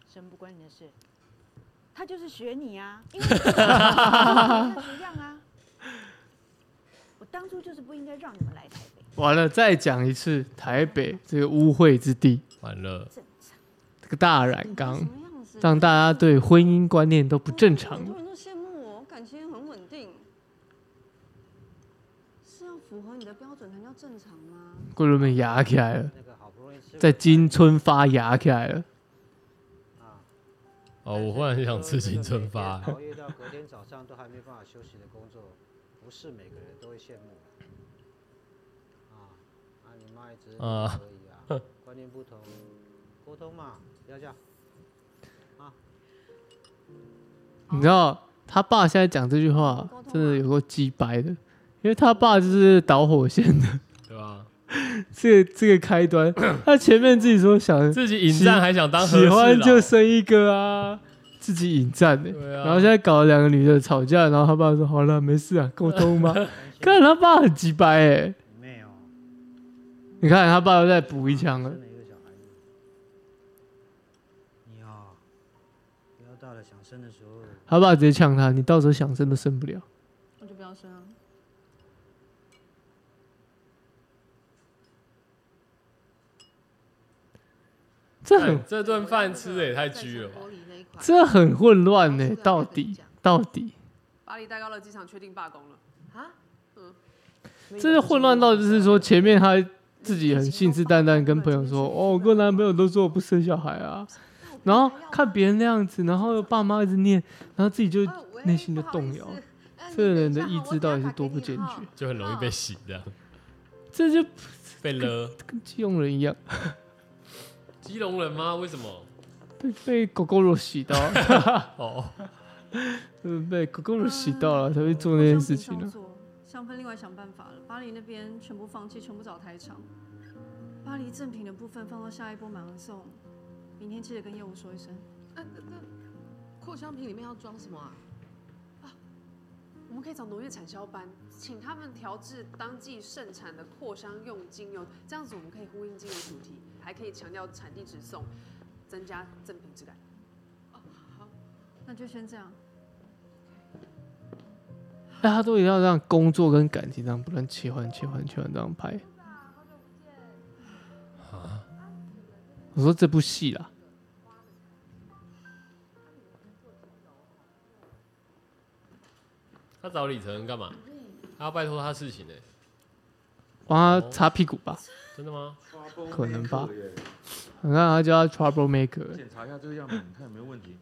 什么不关你的事？他就是学你啊，因为 你看怎么样啊？我当初就是不应该让你们来台北，
完了再讲一次台北这个污秽之地，
完了，
这个大染缸，
嗯
让大家对婚姻观念都不正常
很。多人都羡慕我，我感情很稳定，是要符合你的标准才叫正常吗？
桂纶镁牙起来了，在金春发芽起来了。
哦，我忽然想吃青春发。
熬夜到隔天早上都还没办法休息的工作，不是每个人都会羡慕的。啊，啊，你妈一直你
啊
可以 啊，观念不同，沟通嘛，不要叫。
你知道他爸现在讲这句话，真的有够鸡掰的，因为他爸就是导火线的。
对吧？
这个这个开端，他前面自己说想
自己引战还想当和
喜
事
喜欢
佬
就生一个啊，自己引战的、
对啊
然后现在搞了两个女的吵架，然后他爸说好了没事啊，沟通 吧。看他爸很鸡掰哎、
没有，
你看他爸又再补
啊
一枪了，
你哦，不要到了想生的时候，
他爸直接呛他，你到时候想生都生不了。
那就不要生啊。
这很
这顿饭吃的也太拘了吧？
这很混乱呢、到底到底
巴黎戴高乐机场确定罢工了。啊？嗯。
这是混乱到就是说前面他自己很信誓旦旦跟朋友说，哦，我跟男朋友都说我不生小孩啊，然后看别人那样子，然后爸妈一直念，然后自己就内心就动摇，这个人的意志到底是多不坚决，
就很容易被洗的，
这就
被勒。
跟基隆人一样，
基隆人吗？为什么？
被被狗狗肉洗到，
哦，
嗯， 被狗狗肉洗到了才会做那件事情啊呢、
想做，香氛另外想办法了。巴黎那边全部放弃，全部找台场。巴黎赠品的部分放到下一波马拉送，明天记得跟业务说一声。
啊，那那扩香瓶里面要装什么啊？啊，我们可以找农业产销班，请他们调制当季盛产的扩香用精油，这样子我们可以呼应精油主题，还可以强调产地直送，增加赠品质感。
哦那就先这样。
大家都一定要让工作跟感情这样不断切换、切换、切换这样拍。我说这部戏啦，
他找李晨干嘛？他要拜托他事情呢、
帮他擦屁股吧，
真的吗？
哦
可能吧。你看他叫他 trouble maker，
检查一 Oh 下这个样本，你看有没有问题。
嗯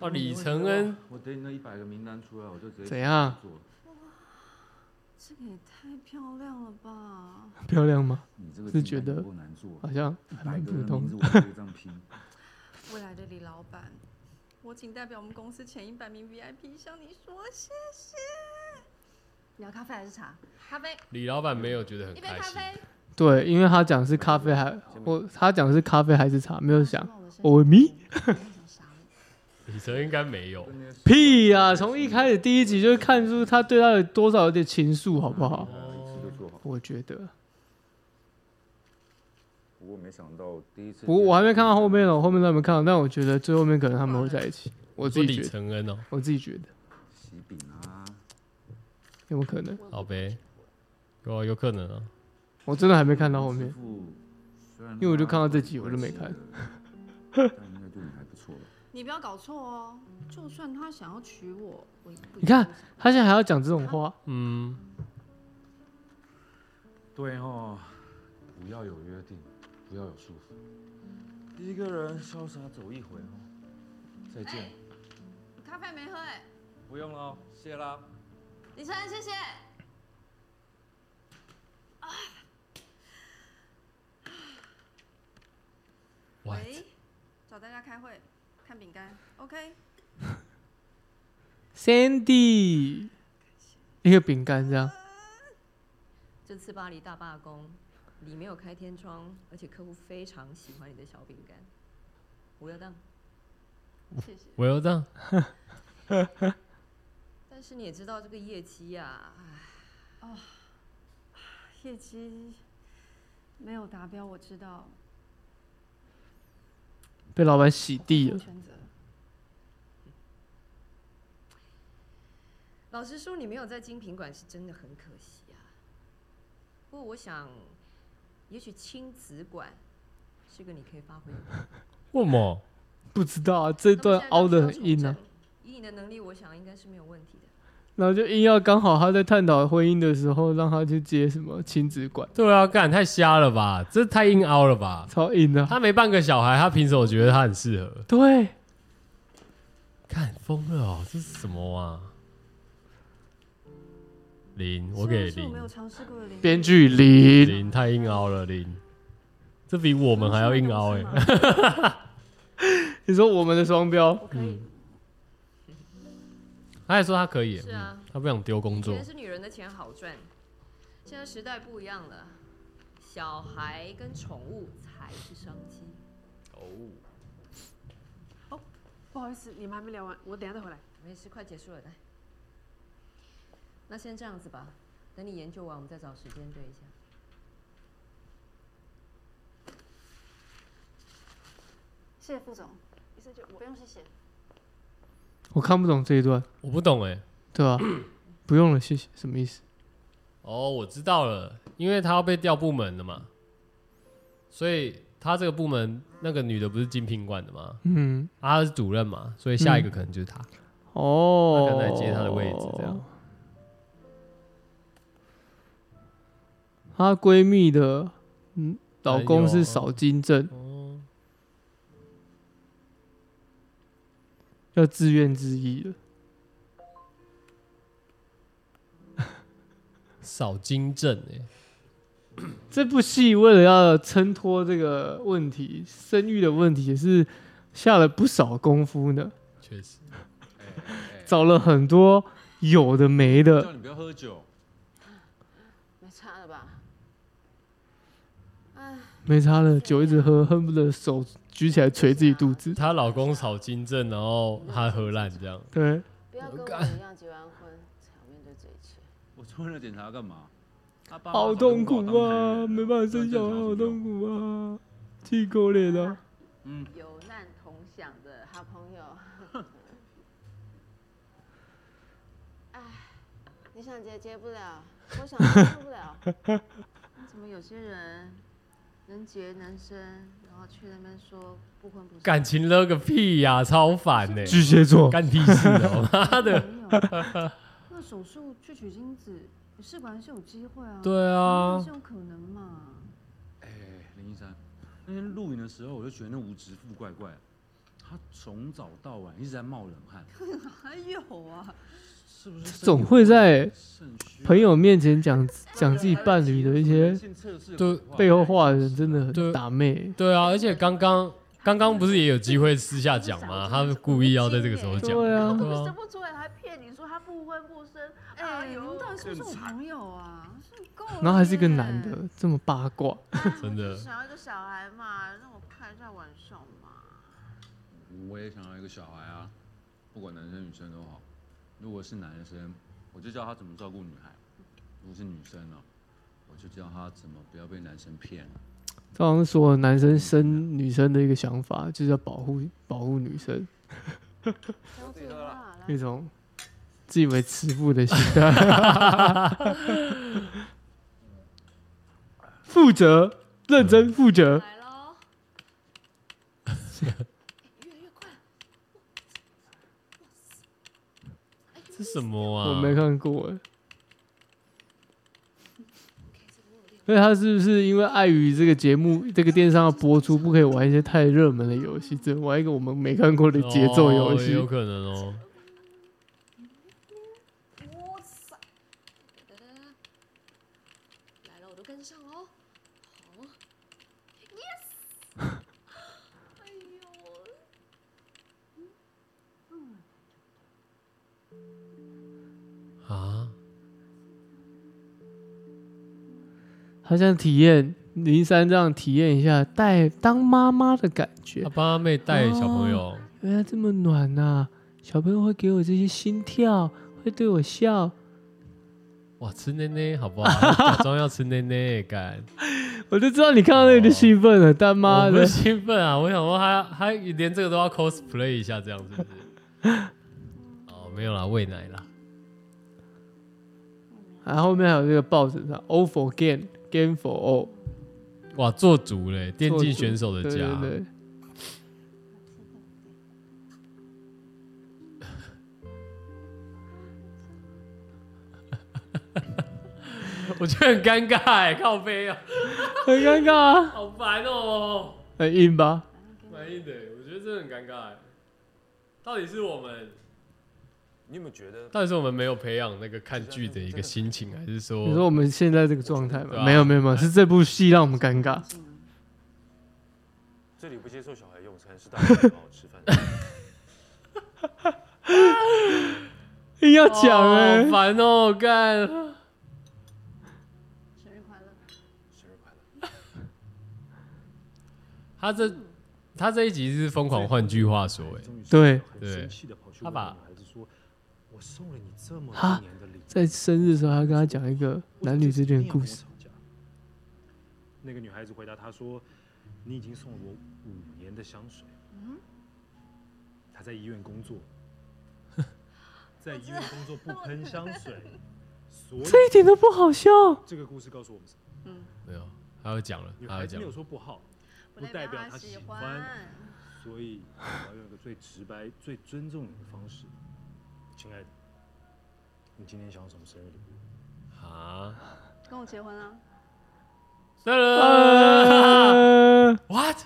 哦李承恩，
我等你那一百个名单出来，我就直接
怎样
做了
这个也太漂亮了吧！
漂亮吗
你这个？
是
竞
觉
赛有
得
够难做
好像还
百
蛮
个
普
人的名
通
字我都可以这
的。
样 拼。
未来的李老板，我仅代表我们公司前一百名 VIP 向你说谢谢。
你要咖啡还是茶？
咖啡，
李老板没有觉得很开心，
对，因为他讲是咖啡还我他讲是咖啡还是茶，没有想我咪
李晨应该没有。
屁呀、从一开始第一集就看出他对他有多少有点情愫，好不好？
就做好。
我觉得，
不过没想到第一次，
我我还没看到后面哦，我后面都还没看到，但我觉得最后面可能他们会在一起，我自己
你说
觉
李
得，
承恩哦，
我自己觉得
喜饼啊，
有没有可能？
好呗，有啊有可能啊。
我真的还没看到后面，
虽然
因为我就看到这集我就没看。
但应该对你还不错吧？
你不要搞错哦，就算他想要娶我，我也不
你看他现在还要讲这种话，
嗯，
对哦，不要有约定，不要有束缚，一个人潇洒走一回哦。再见，
咖啡没喝
欸
哎、
不用了哦，谢啦。
李晨，谢谢。
喂，找大家开会，看饼干，OK？
Sandy，一个饼干这样，
这次巴黎大罢工，你没有开天窗，而且客户非常喜欢你的小饼干。我要当，
谢谢。
我又这样，
但是你也知道这个业绩呀、啊，
哦，业绩没有达标，我知道。
被老板洗地了。
全责。
老实说，你没有在精品馆是真的很可惜啊。不过我想，也许亲子馆是个你可以发挥的地方。
为什么？
不知道啊，这段凹的很硬啊，
以你的能力，我想应该是没有问题的。
然后就硬要刚好他在探讨婚姻的时候，让他去接什么亲子馆，
对啊，干太瞎了吧，这太硬凹了吧。
超硬的。
他没半个小孩，他凭什么觉得他很适合？
对，
看疯了哦，这是什么啊？零，我给
是我没
零。
有尝试过的领域
编剧零
零太硬凹了，零，这比我们还要硬凹哎、
你说我们的双标，
嗯，他还说他可以、
是啊
嗯他不想丢工作
以前，是女人的钱好赚，现在时代不一样了，小孩跟宠物才是商机。
哦，
不好意思，你们还没聊完，我等一下再回来。
没事，快结束了，来。那先这样子吧，等你研究完，我们再找时间对一下。
谢谢副总，医生就不用谢谢。
我看不懂这一段，
我不懂哎、
对吧、 不用了，谢谢，什么意思？
哦，我知道了，因为他要被调部门了嘛，所以他这个部门那个女的不是精品馆的吗？
嗯，
啊她是主任嘛，所以下一个
嗯
可能就是他，
哦，
他可能来接他的位置这样。
她闺蜜的嗯老公
哎呦
是少金正，
哦，
要自怨自艾了。
少金正哎、
这部戏为了要衬托这个问题，生育的问题，也是下了不少功夫呢，
确实，
哎找了很多有的没的
叫，你不要喝酒。
没差了吧？
没差了，酒一直喝，恨不得手举起来捶自己肚子。
她老公炒金正，然后她荷兰这样，
对，
不要跟我一样结完婚才要面对这一切。
我做了检查干嘛？他爸妈早
好
就
痛苦
把我当
啊，没办法生小孩，好痛苦啊，气狗脸啊。
嗯，
有难同享的好朋 友。哎，你想结结不了，我想结受不了。怎么有些人能结能生，然后去那边说不婚不生？
感情勒个屁呀、超烦呢、
巨蟹座
干屁事哦、妈的！
那手术去取精子，试管是有机会啊。
对啊
是有可能嘛？
哎，林一山，那天录影的时候我就觉得那吴植富怪怪的，他从早到晚一直在冒冷汗，
哪有啊？
是不是啊肾
总
有
会
问题
在朋友面前讲讲自己伴侣的一些
对
背后话的人，真的
对
很打妹。
对啊，而且刚刚刚刚不是也有机会私下讲吗？他故意要在这个时候讲，
对啊
对
生不出来还骗你说他不婚不生，哎
你们
呦，
到底是不是我朋友啊？
然后还是一个男的，这么八卦，
真的
哎想要一个小孩嘛，让我开一下玩笑嘛。
我也想要一个小孩啊，不管男生女生都好。如果是男生，我就教他怎么照顾女孩；如果是女生呢、我就教他怎么不要被男生骗。
这好像是所有男生生女生的一个想法，就是要保护保护女生，一种自以为慈父的心态。负责，认真负责。
这什么啊？
我没看过哎。所以他是不是因为碍于这个节目、这个电商要播出，不可以玩一些太热门的游戏，只能玩一个我们没看过的节奏游
哦
戏？
有可能 哦。
哇塞！来了，我都跟上哦。好，yes！哎呦，嗯，
啊，
他想体验林珊这样体验一下带当妈妈的感觉
他。帮他妹带小朋友
哦，原来这么暖呐、小朋友会给我这些心跳，会对我笑。
哇，吃奶奶好不好？假装要吃奶奶，干。
我就知道你看到那个就兴奋了，他妈
哦我不
的
是！兴奋啊！我想说他他连这个都要 cosplay 一下，这样 是不是？哦，没有啦，喂奶啦。
然后啊后面还有这个抱枕上 “all for game, game for all”，
哇，做主嘞，电竞选手的
对
家。
对对
我觉得很尴尬哎，靠背啊，
很尴尬啊
好烦哦、
很硬吧？
蛮硬的，欸我觉得真的很尴尬哎。到底是我们，
你有没有觉得
到底是我们没有培养那个看剧的一个心情，还是说，
你说我们现在这个状态
对
吗？
啊
没有没有没有，是这部戏让我们尴尬。
这里不接受小孩用餐，是大人好好吃饭。
硬要讲哎、
哦好烦哦、干。
生日快乐！
他这他这一集是疯狂换句话说哎，
对
很
对
生，气的跑去
他
问
把
女孩子说：“我送了你这么
哈
多年的礼物。
在生日的时候，还跟他讲一个男女之间的故事。
那个女孩子回答他说：“你已经送了我五年的香水。”
嗯，
他在医院工 作，在医院工作不喷香 水，所以
这一点都不好笑。
这个故事告诉我们什么？
没有，他又讲了，
女
他
孩
又
子
讲
没
了
有，说不好，
不
不代
代表
表
她
她
喜
喜
欢
欢。所以，我要用一个最直白、最尊重你的方式，亲爱的，你今天想要什么生日礼物？
啊，
跟我结婚啊？
哒啦，what？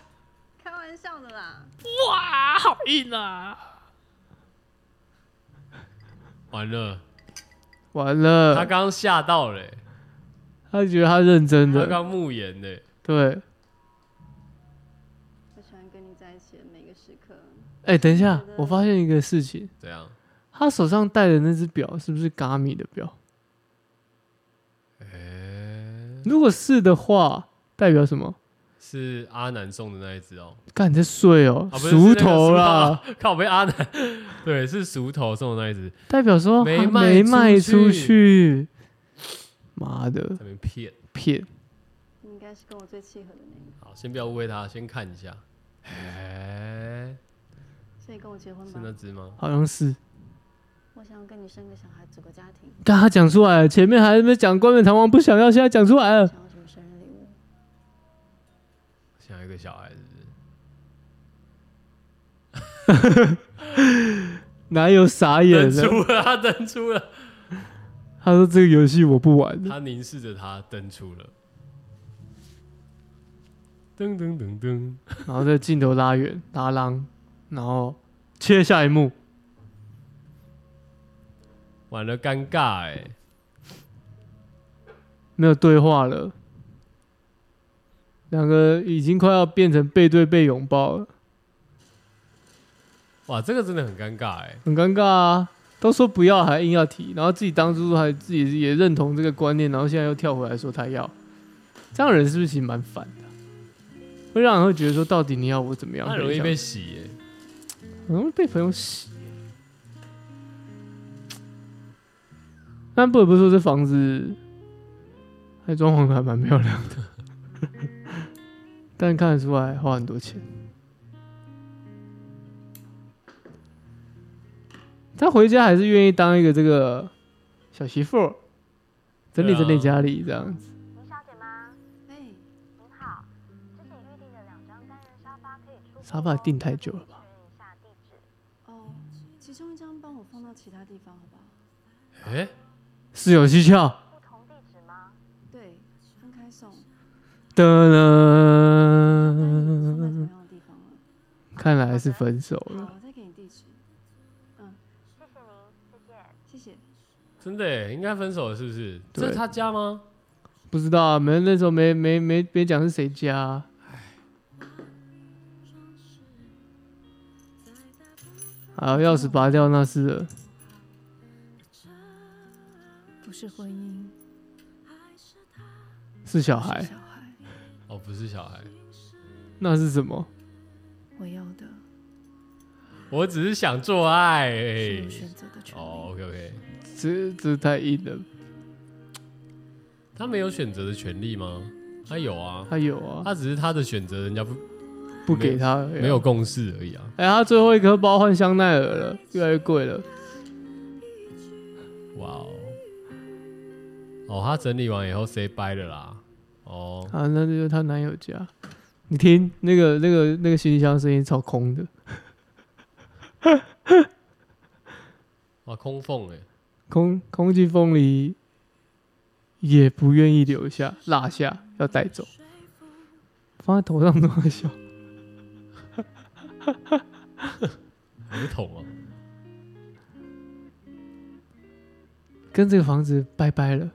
开玩笑的啦！
哇，好硬啊！
完了，
完
他
了，
刚刚吓到了欸，
他觉得他认真
他
的，
欸刚慕言呢，
对，
可是
喜欢跟你在一起的每个时刻。
哎、等一下，我发现一个事情，
怎样？
他手上戴的那只表是不是 Gami 的表？如果是的话，代表什么？
是阿南送的那一只哦，
干你在睡哦
啊，不是
熟头啦，，
是那个 靠，被阿南，对，是熟头送的那一只，
代表说
没
还
卖
没卖
出
出去，妈的，
在那边骗。
骗！
你应该是跟我最契合的那个，
好，先不要误会他，先看一下，哎，
所以跟我结婚
是
吧。
那只吗？
好像是。
我想要跟你生个小孩，组个家庭。
刚他讲出来了，前面还没讲冠冕堂皇不想要，现在讲出来了。
想要一个小孩，是不是？
哪有傻眼
登出
的？
了，他登 出了，
他说这个游戏我不玩
他凝视着他，登出了，噔噔噔噔，
然后这个镜头拉远拉浪，然后切下一幕，
完了，尴尬哎、
没有对话了，两个已经快要变成背对背拥抱了，
哇，这个真的很尴尬哎、
很尴尬啊！都说不要还硬要提，然后自己当初还自己也认同这个观念，然后现在又跳回来说他要，这样的人是不是其实蛮烦的啊？会让人会觉得说，到底你要我怎么样？
他很容易被洗耶、
很容易被朋友洗。但不得不说，这房子还装潢的还蛮漂亮的，但看得出来花很多钱。他回家还是愿意当一个这个小媳妇儿，整理整理家里这样子。
哎
沙发订太久了吧？
哦，其中一张帮我放到其他地方，好不好？
哎、
是有蹊跷。
对，分开送。
噔嗯噔，看来是分手了。
好，我再给你地址。嗯，谢谢您，谢谢，谢谢。
真的、欸，应该分手了是不是？
对
这是他家吗？
不知道啊，没那时候没没没没讲是谁家啊、啊，钥匙拔掉那是了，
不是婚姻，
是小孩，
哦，不是小孩，
那是什么？
我要的
我只是想做爱、欸。
有选择的权利
哦，OK OK，
这这太硬了。
他没有选择的权利吗？他有啊，
他有啊
他只是他的选择，人家不
不给他
没有
而已啊
没有共识而已啊。
哎、他最后一颗包换香奈儿了，越来越贵了。
哇哦，哦，他整理完以后 say bye 了啦。哦，
啊，那就是她男友家。你听那个那个那个行李箱声音超空的，
哇，空缝哎、
空空气凤梨也不愿意留下，落下要带走，放在头上那么小。
欸，儿童啊，
跟这个房子拜拜了。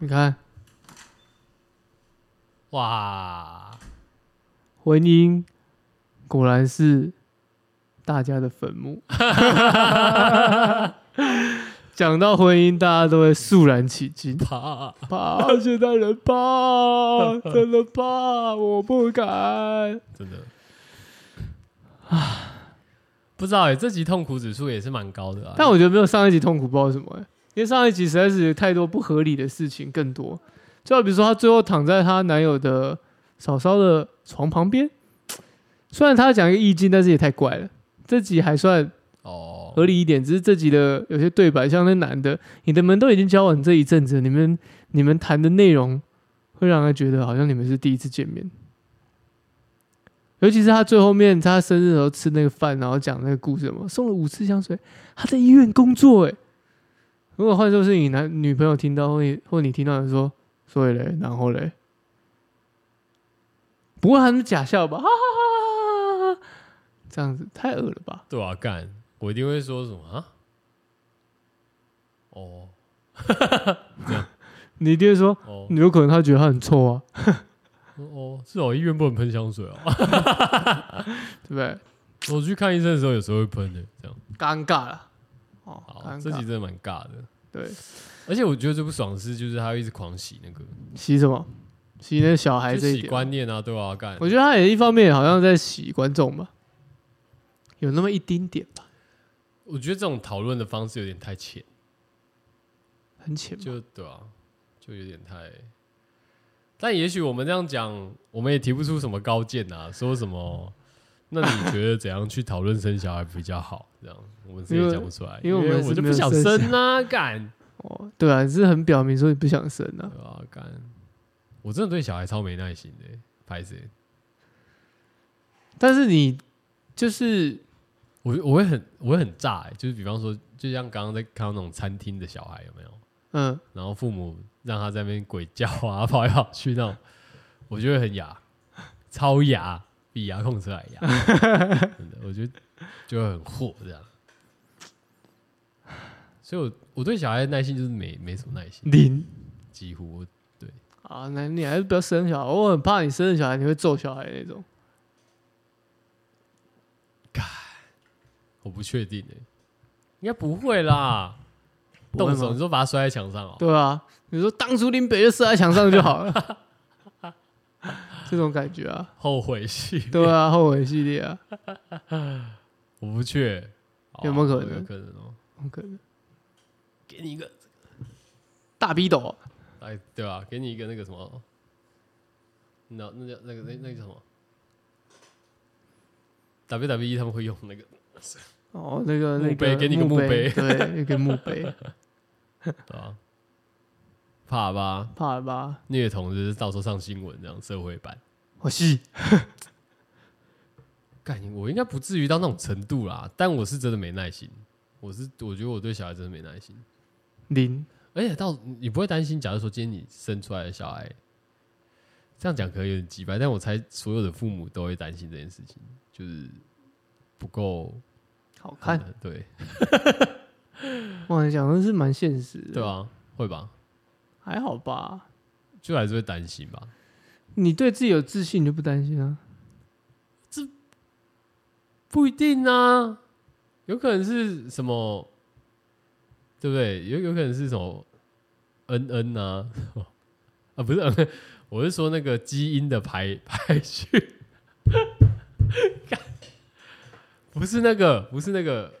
你看，
哇，
婚姻果然是大家的坟墓。 讲到婚姻，大家都会肃然起 敬，
怕
怕现在人怕，真的怕，我不敢。
真的。不知道哎、欸，这集痛苦指数也是蛮高的啊。
但我觉得没有上一集痛苦，不知道为什么、欸，因为上一集实在是有太多不合理的事情更多，就比如说她最后躺在她男友的嫂嫂的床旁边，虽然她讲一个意境，但是也太怪了。这集还算
哦
合理一点，只是这集的有些对白，像那男的，你的门都已经交往这一阵子，你们你们谈的内容会让人觉得好像你们是第一次见面。尤其是他最后面，他生日的时候吃那个饭，然后讲那个故事嘛，送了五次香水。他在医院工作，哎，如果换作是你男女朋友听到，或你或你听到人说，所以嘞，然后嘞，不会他们假笑吧？哈哈哈哈哈哈，这样子太恶了吧？
对啊，干，我一定会说什么啊？哦，
你一定会说，
哦
你有可能他觉得他很臭啊，
哦，是哦，医院不能喷香水哦，
对不对？
我去看医生的时候，有时候会喷的，欸这样
尴尬了。哦，尴尬
这集真的蛮尬的。
对，
而且我觉得最不爽的是，就是他会一直狂洗那个，
洗什么？洗那小孩
就
这一
洗
点。
观念啊，对啊，干。
我觉得他也一方面好像在洗观众吧，有那么一丁点吧，
我觉得这种讨论的方式有点太浅，
很浅吧。
就对啊，就有点太。但也许我们这样讲，我们也提不出什么高见啊，说什么？那你觉得怎样去讨论生小孩比较好？这样我们自己也讲不出来，
因为因为我们
我
是
就
没有
不想
生小
生啊，干。
哦，对啊，是很表明说你不想生啊。
对啊，干！我真的对小孩超没耐心的，欸拍谁？
但是你就是
我我会很我会很炸欸，就是比方说，就像刚刚在看到那种餐厅的小孩有没有？
嗯，
然后父母让他在那边鬼叫啊，跑来跑去那种，我就会很哑，超哑，比遥控车还哑，真的，我觉得就会很火这样。所以我，我对小孩的耐心就是没没什么耐心，
零，
几乎我对。
啊，那你还是不要生小孩，我很怕你生了小孩你会揍小孩那种。
我不确定诶、应该不会啦。
不会
动
吗
手，你说把它摔在墙上哦、
对啊，你说当初林北就射在墙上就好 了，这种感觉啊，
后悔 系列
对啊，后悔系列啊，
我不确，好啊
有没有可
有
能
可能哦、
很可能
给你一个，
大逼斗，
哎，对吧、给你一个那个什么，那那叫那个那那个叫什么？WWE 他们会用那个，
哦，那个那
墓碑
个
给你个墓碑
对，那个墓碑，
对啊，怕吧？
怕了 吧？
虐童就是到时候上新闻这样，社会版。
我是
感觉我应该不至于到那种程度啦，但我是真的没耐心。我是我觉得我对小孩真的没耐心，
零，
而且到你不会担心，假如说今天你生出来的小孩，这样讲可能有点鸡掰，但我猜所有的父母都会担心这件事情，就是不够
好看，
对
哇，你讲的是蛮现实的，
对啊，会吧，
还好吧？
就还是会担心吧。
你对自己有自信，你就不担心啊？
不一定啊，有可能是什么，对不对？有有可能是什么恩恩啊， 啊不是 恩恩，我是说那个基因的排 排序，干不是那个，不是那个，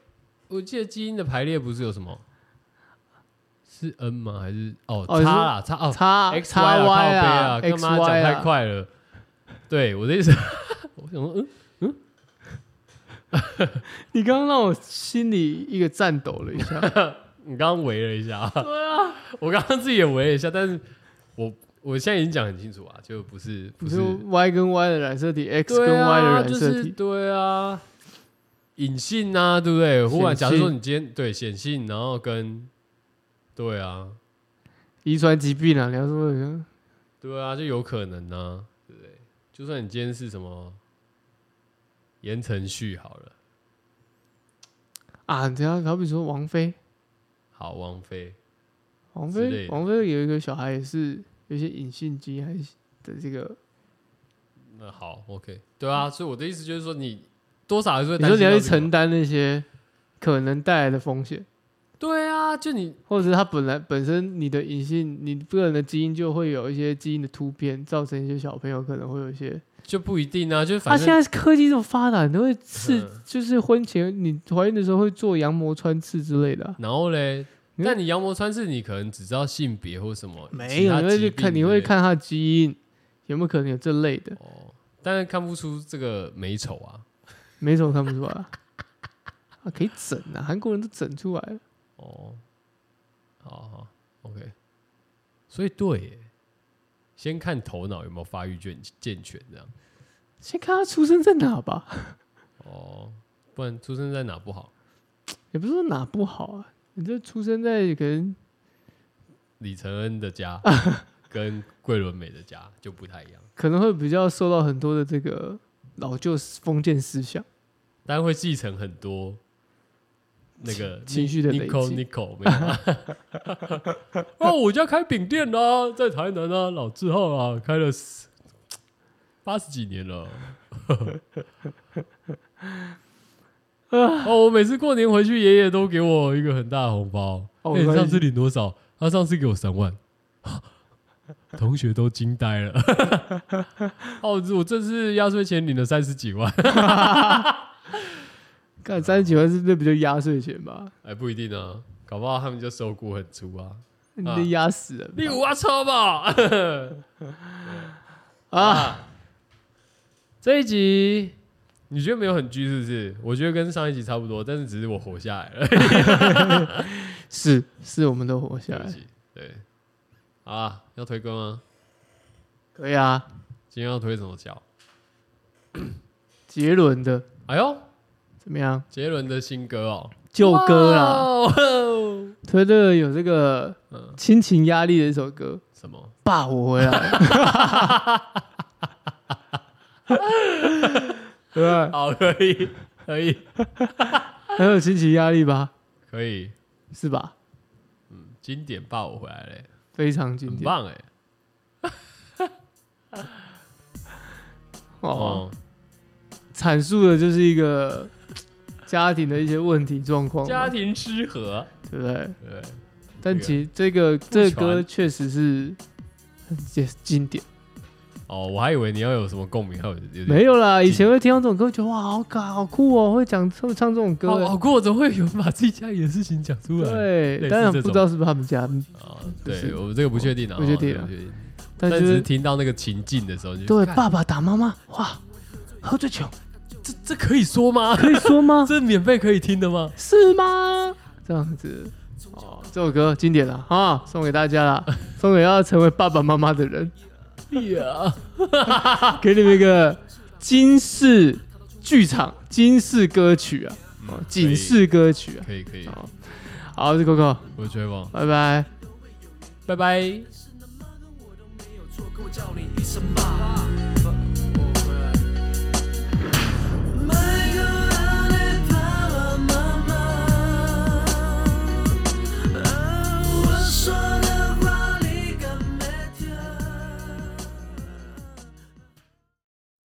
我记得基因的排列不是有什么？是 N 吗？还是哦
哦
叉啦
你
叉
说
哦
叉啊
X
叉
Y
Y
啦靠背啊，
啦
干嘛
XY
讲太
啦
快了？对我的意思， 我想说嗯嗯。
你刚刚让我心里一个颤抖了一下，
你刚刚围了一下，
对啊，
我刚刚自己也围了一下，但是我我现在已经讲很清楚啊，就不是 不
你
是
说 Y 跟 Y 的染色体，X
对
跟 Y 的
啊，
染
就
色
是
体，
对啊，隐性啊，对不对？忽然
显
假如说
性
你今天对显性，然后跟对啊，
遗传疾病啊，你要说什么
对啊，就有可能啊，对不对？就算你今天是什么言承旭好了，
啊？等一下好比说王菲，
好王菲，
王
之类
菲，
的
王菲有一个小孩也是有一些隐性基因还是的这个，
那好 OK，对啊，所以我的意思就是说你多少还是会
你
担
说
心
你
到
要去
这个
承担那些可能带来的风险，
对啊，就你
或者是它本来本身你的隐性，你个人的基因就会有一些基因的突变，造成一些小朋友可能会有一些。
就不一定啊，就
啊，
反
现在
正
科技这么发达，你都会刺，就是婚前你怀孕的时候会做羊膜穿刺之类的啊、
然后嘞，但你羊膜穿刺，你可能只知道性别或什么，
没有，你会去看，你会
看。
看它的基因哦有没有可能有这类的，
但是看不出这个美丑啊。
没什么看不出来啊。 啊，可以整啊，韩国人都整出来啊了。
哦，好好，OK。所以对耶，先看头脑有没有发育健健全这样。
先看他出生在哪吧，
哦，不然出生在哪不好？
也不是说哪不好啊，你这出生在可能
李承恩 的家跟桂纶镁的家就不太一样，
可能会比较受到很多的这个老旧封建思想，
但会继承很多那个
情情绪的累积
Nico Nico 没有啊吗？哦，我家开饼店啦、在台南啊，老字号啊，开了十啊八十几年了。
啊
哦，我每次过年回去，爷爷都给我一个很大的红包。
哦
哎
没关系
你上次领多少？他上次给我三万，同学都惊呆了。 哦，我这次压岁钱领了三十几万。
干三十几万是那不就压岁钱吧？
哎，不一定啊，搞不好他们就手骨很粗啊。
你
啊
被压死了吧。
你有我抽吧？
啊，
这一集你觉得没有很剧是不是？我觉得跟上一集差不多，但是只是我活下来了。
是是，我们都活下来。
对，啊，要推歌吗？
可以啊，
今天要推什么脚？
杰伦的
哎呦，
怎么样？
杰伦的新歌哦，
旧歌啦
哇哦
推这个有这个亲情压力的一首歌，
什么？
爸，我回来 了。对吧，
好，可以，可以，
很有亲情压力吧？
可以，
是吧？
嗯，经典爸我回来嘞，
非常经
很
典
棒哎。
哦，阐述的就是一 个家庭的一些问题状况嘛，
家庭失和，
对不对？
哦对，
但其实这个这个
不
歌
传
确实是很也是经典，
哦，我还以为你要有什么共鸣，还有有点
没有啦。以前会听到这种歌，觉得哇，好搞，好酷哦，会讲会唱这种歌，
好好酷哦，怎么会有人把自己家里的事情讲出来？
对，
类似
当然
这
不知
种
道是不是他们家
啊
就
对
是
我们这个不确定啊，
不确定
哦
啊
这个不确定
但
但
就
只
是
是听到那个情境的时候就，
对，
干
爸爸打妈妈，哇，喝醉酒
这这可以 说吗？
可以说 吗？
这免费可以听 的吗？
是吗？这样子，哦，这首歌经典了哈，送给大 家啦，送给要成为爸爸妈妈的人，
哎呀，
给你们一个金氏剧场金氏歌曲啊，哦，警示歌曲啊，
可以可以，好，
好，我是 Coco，
我是 Trevor
拜拜。
拜拜。
跟我叫你一声爸。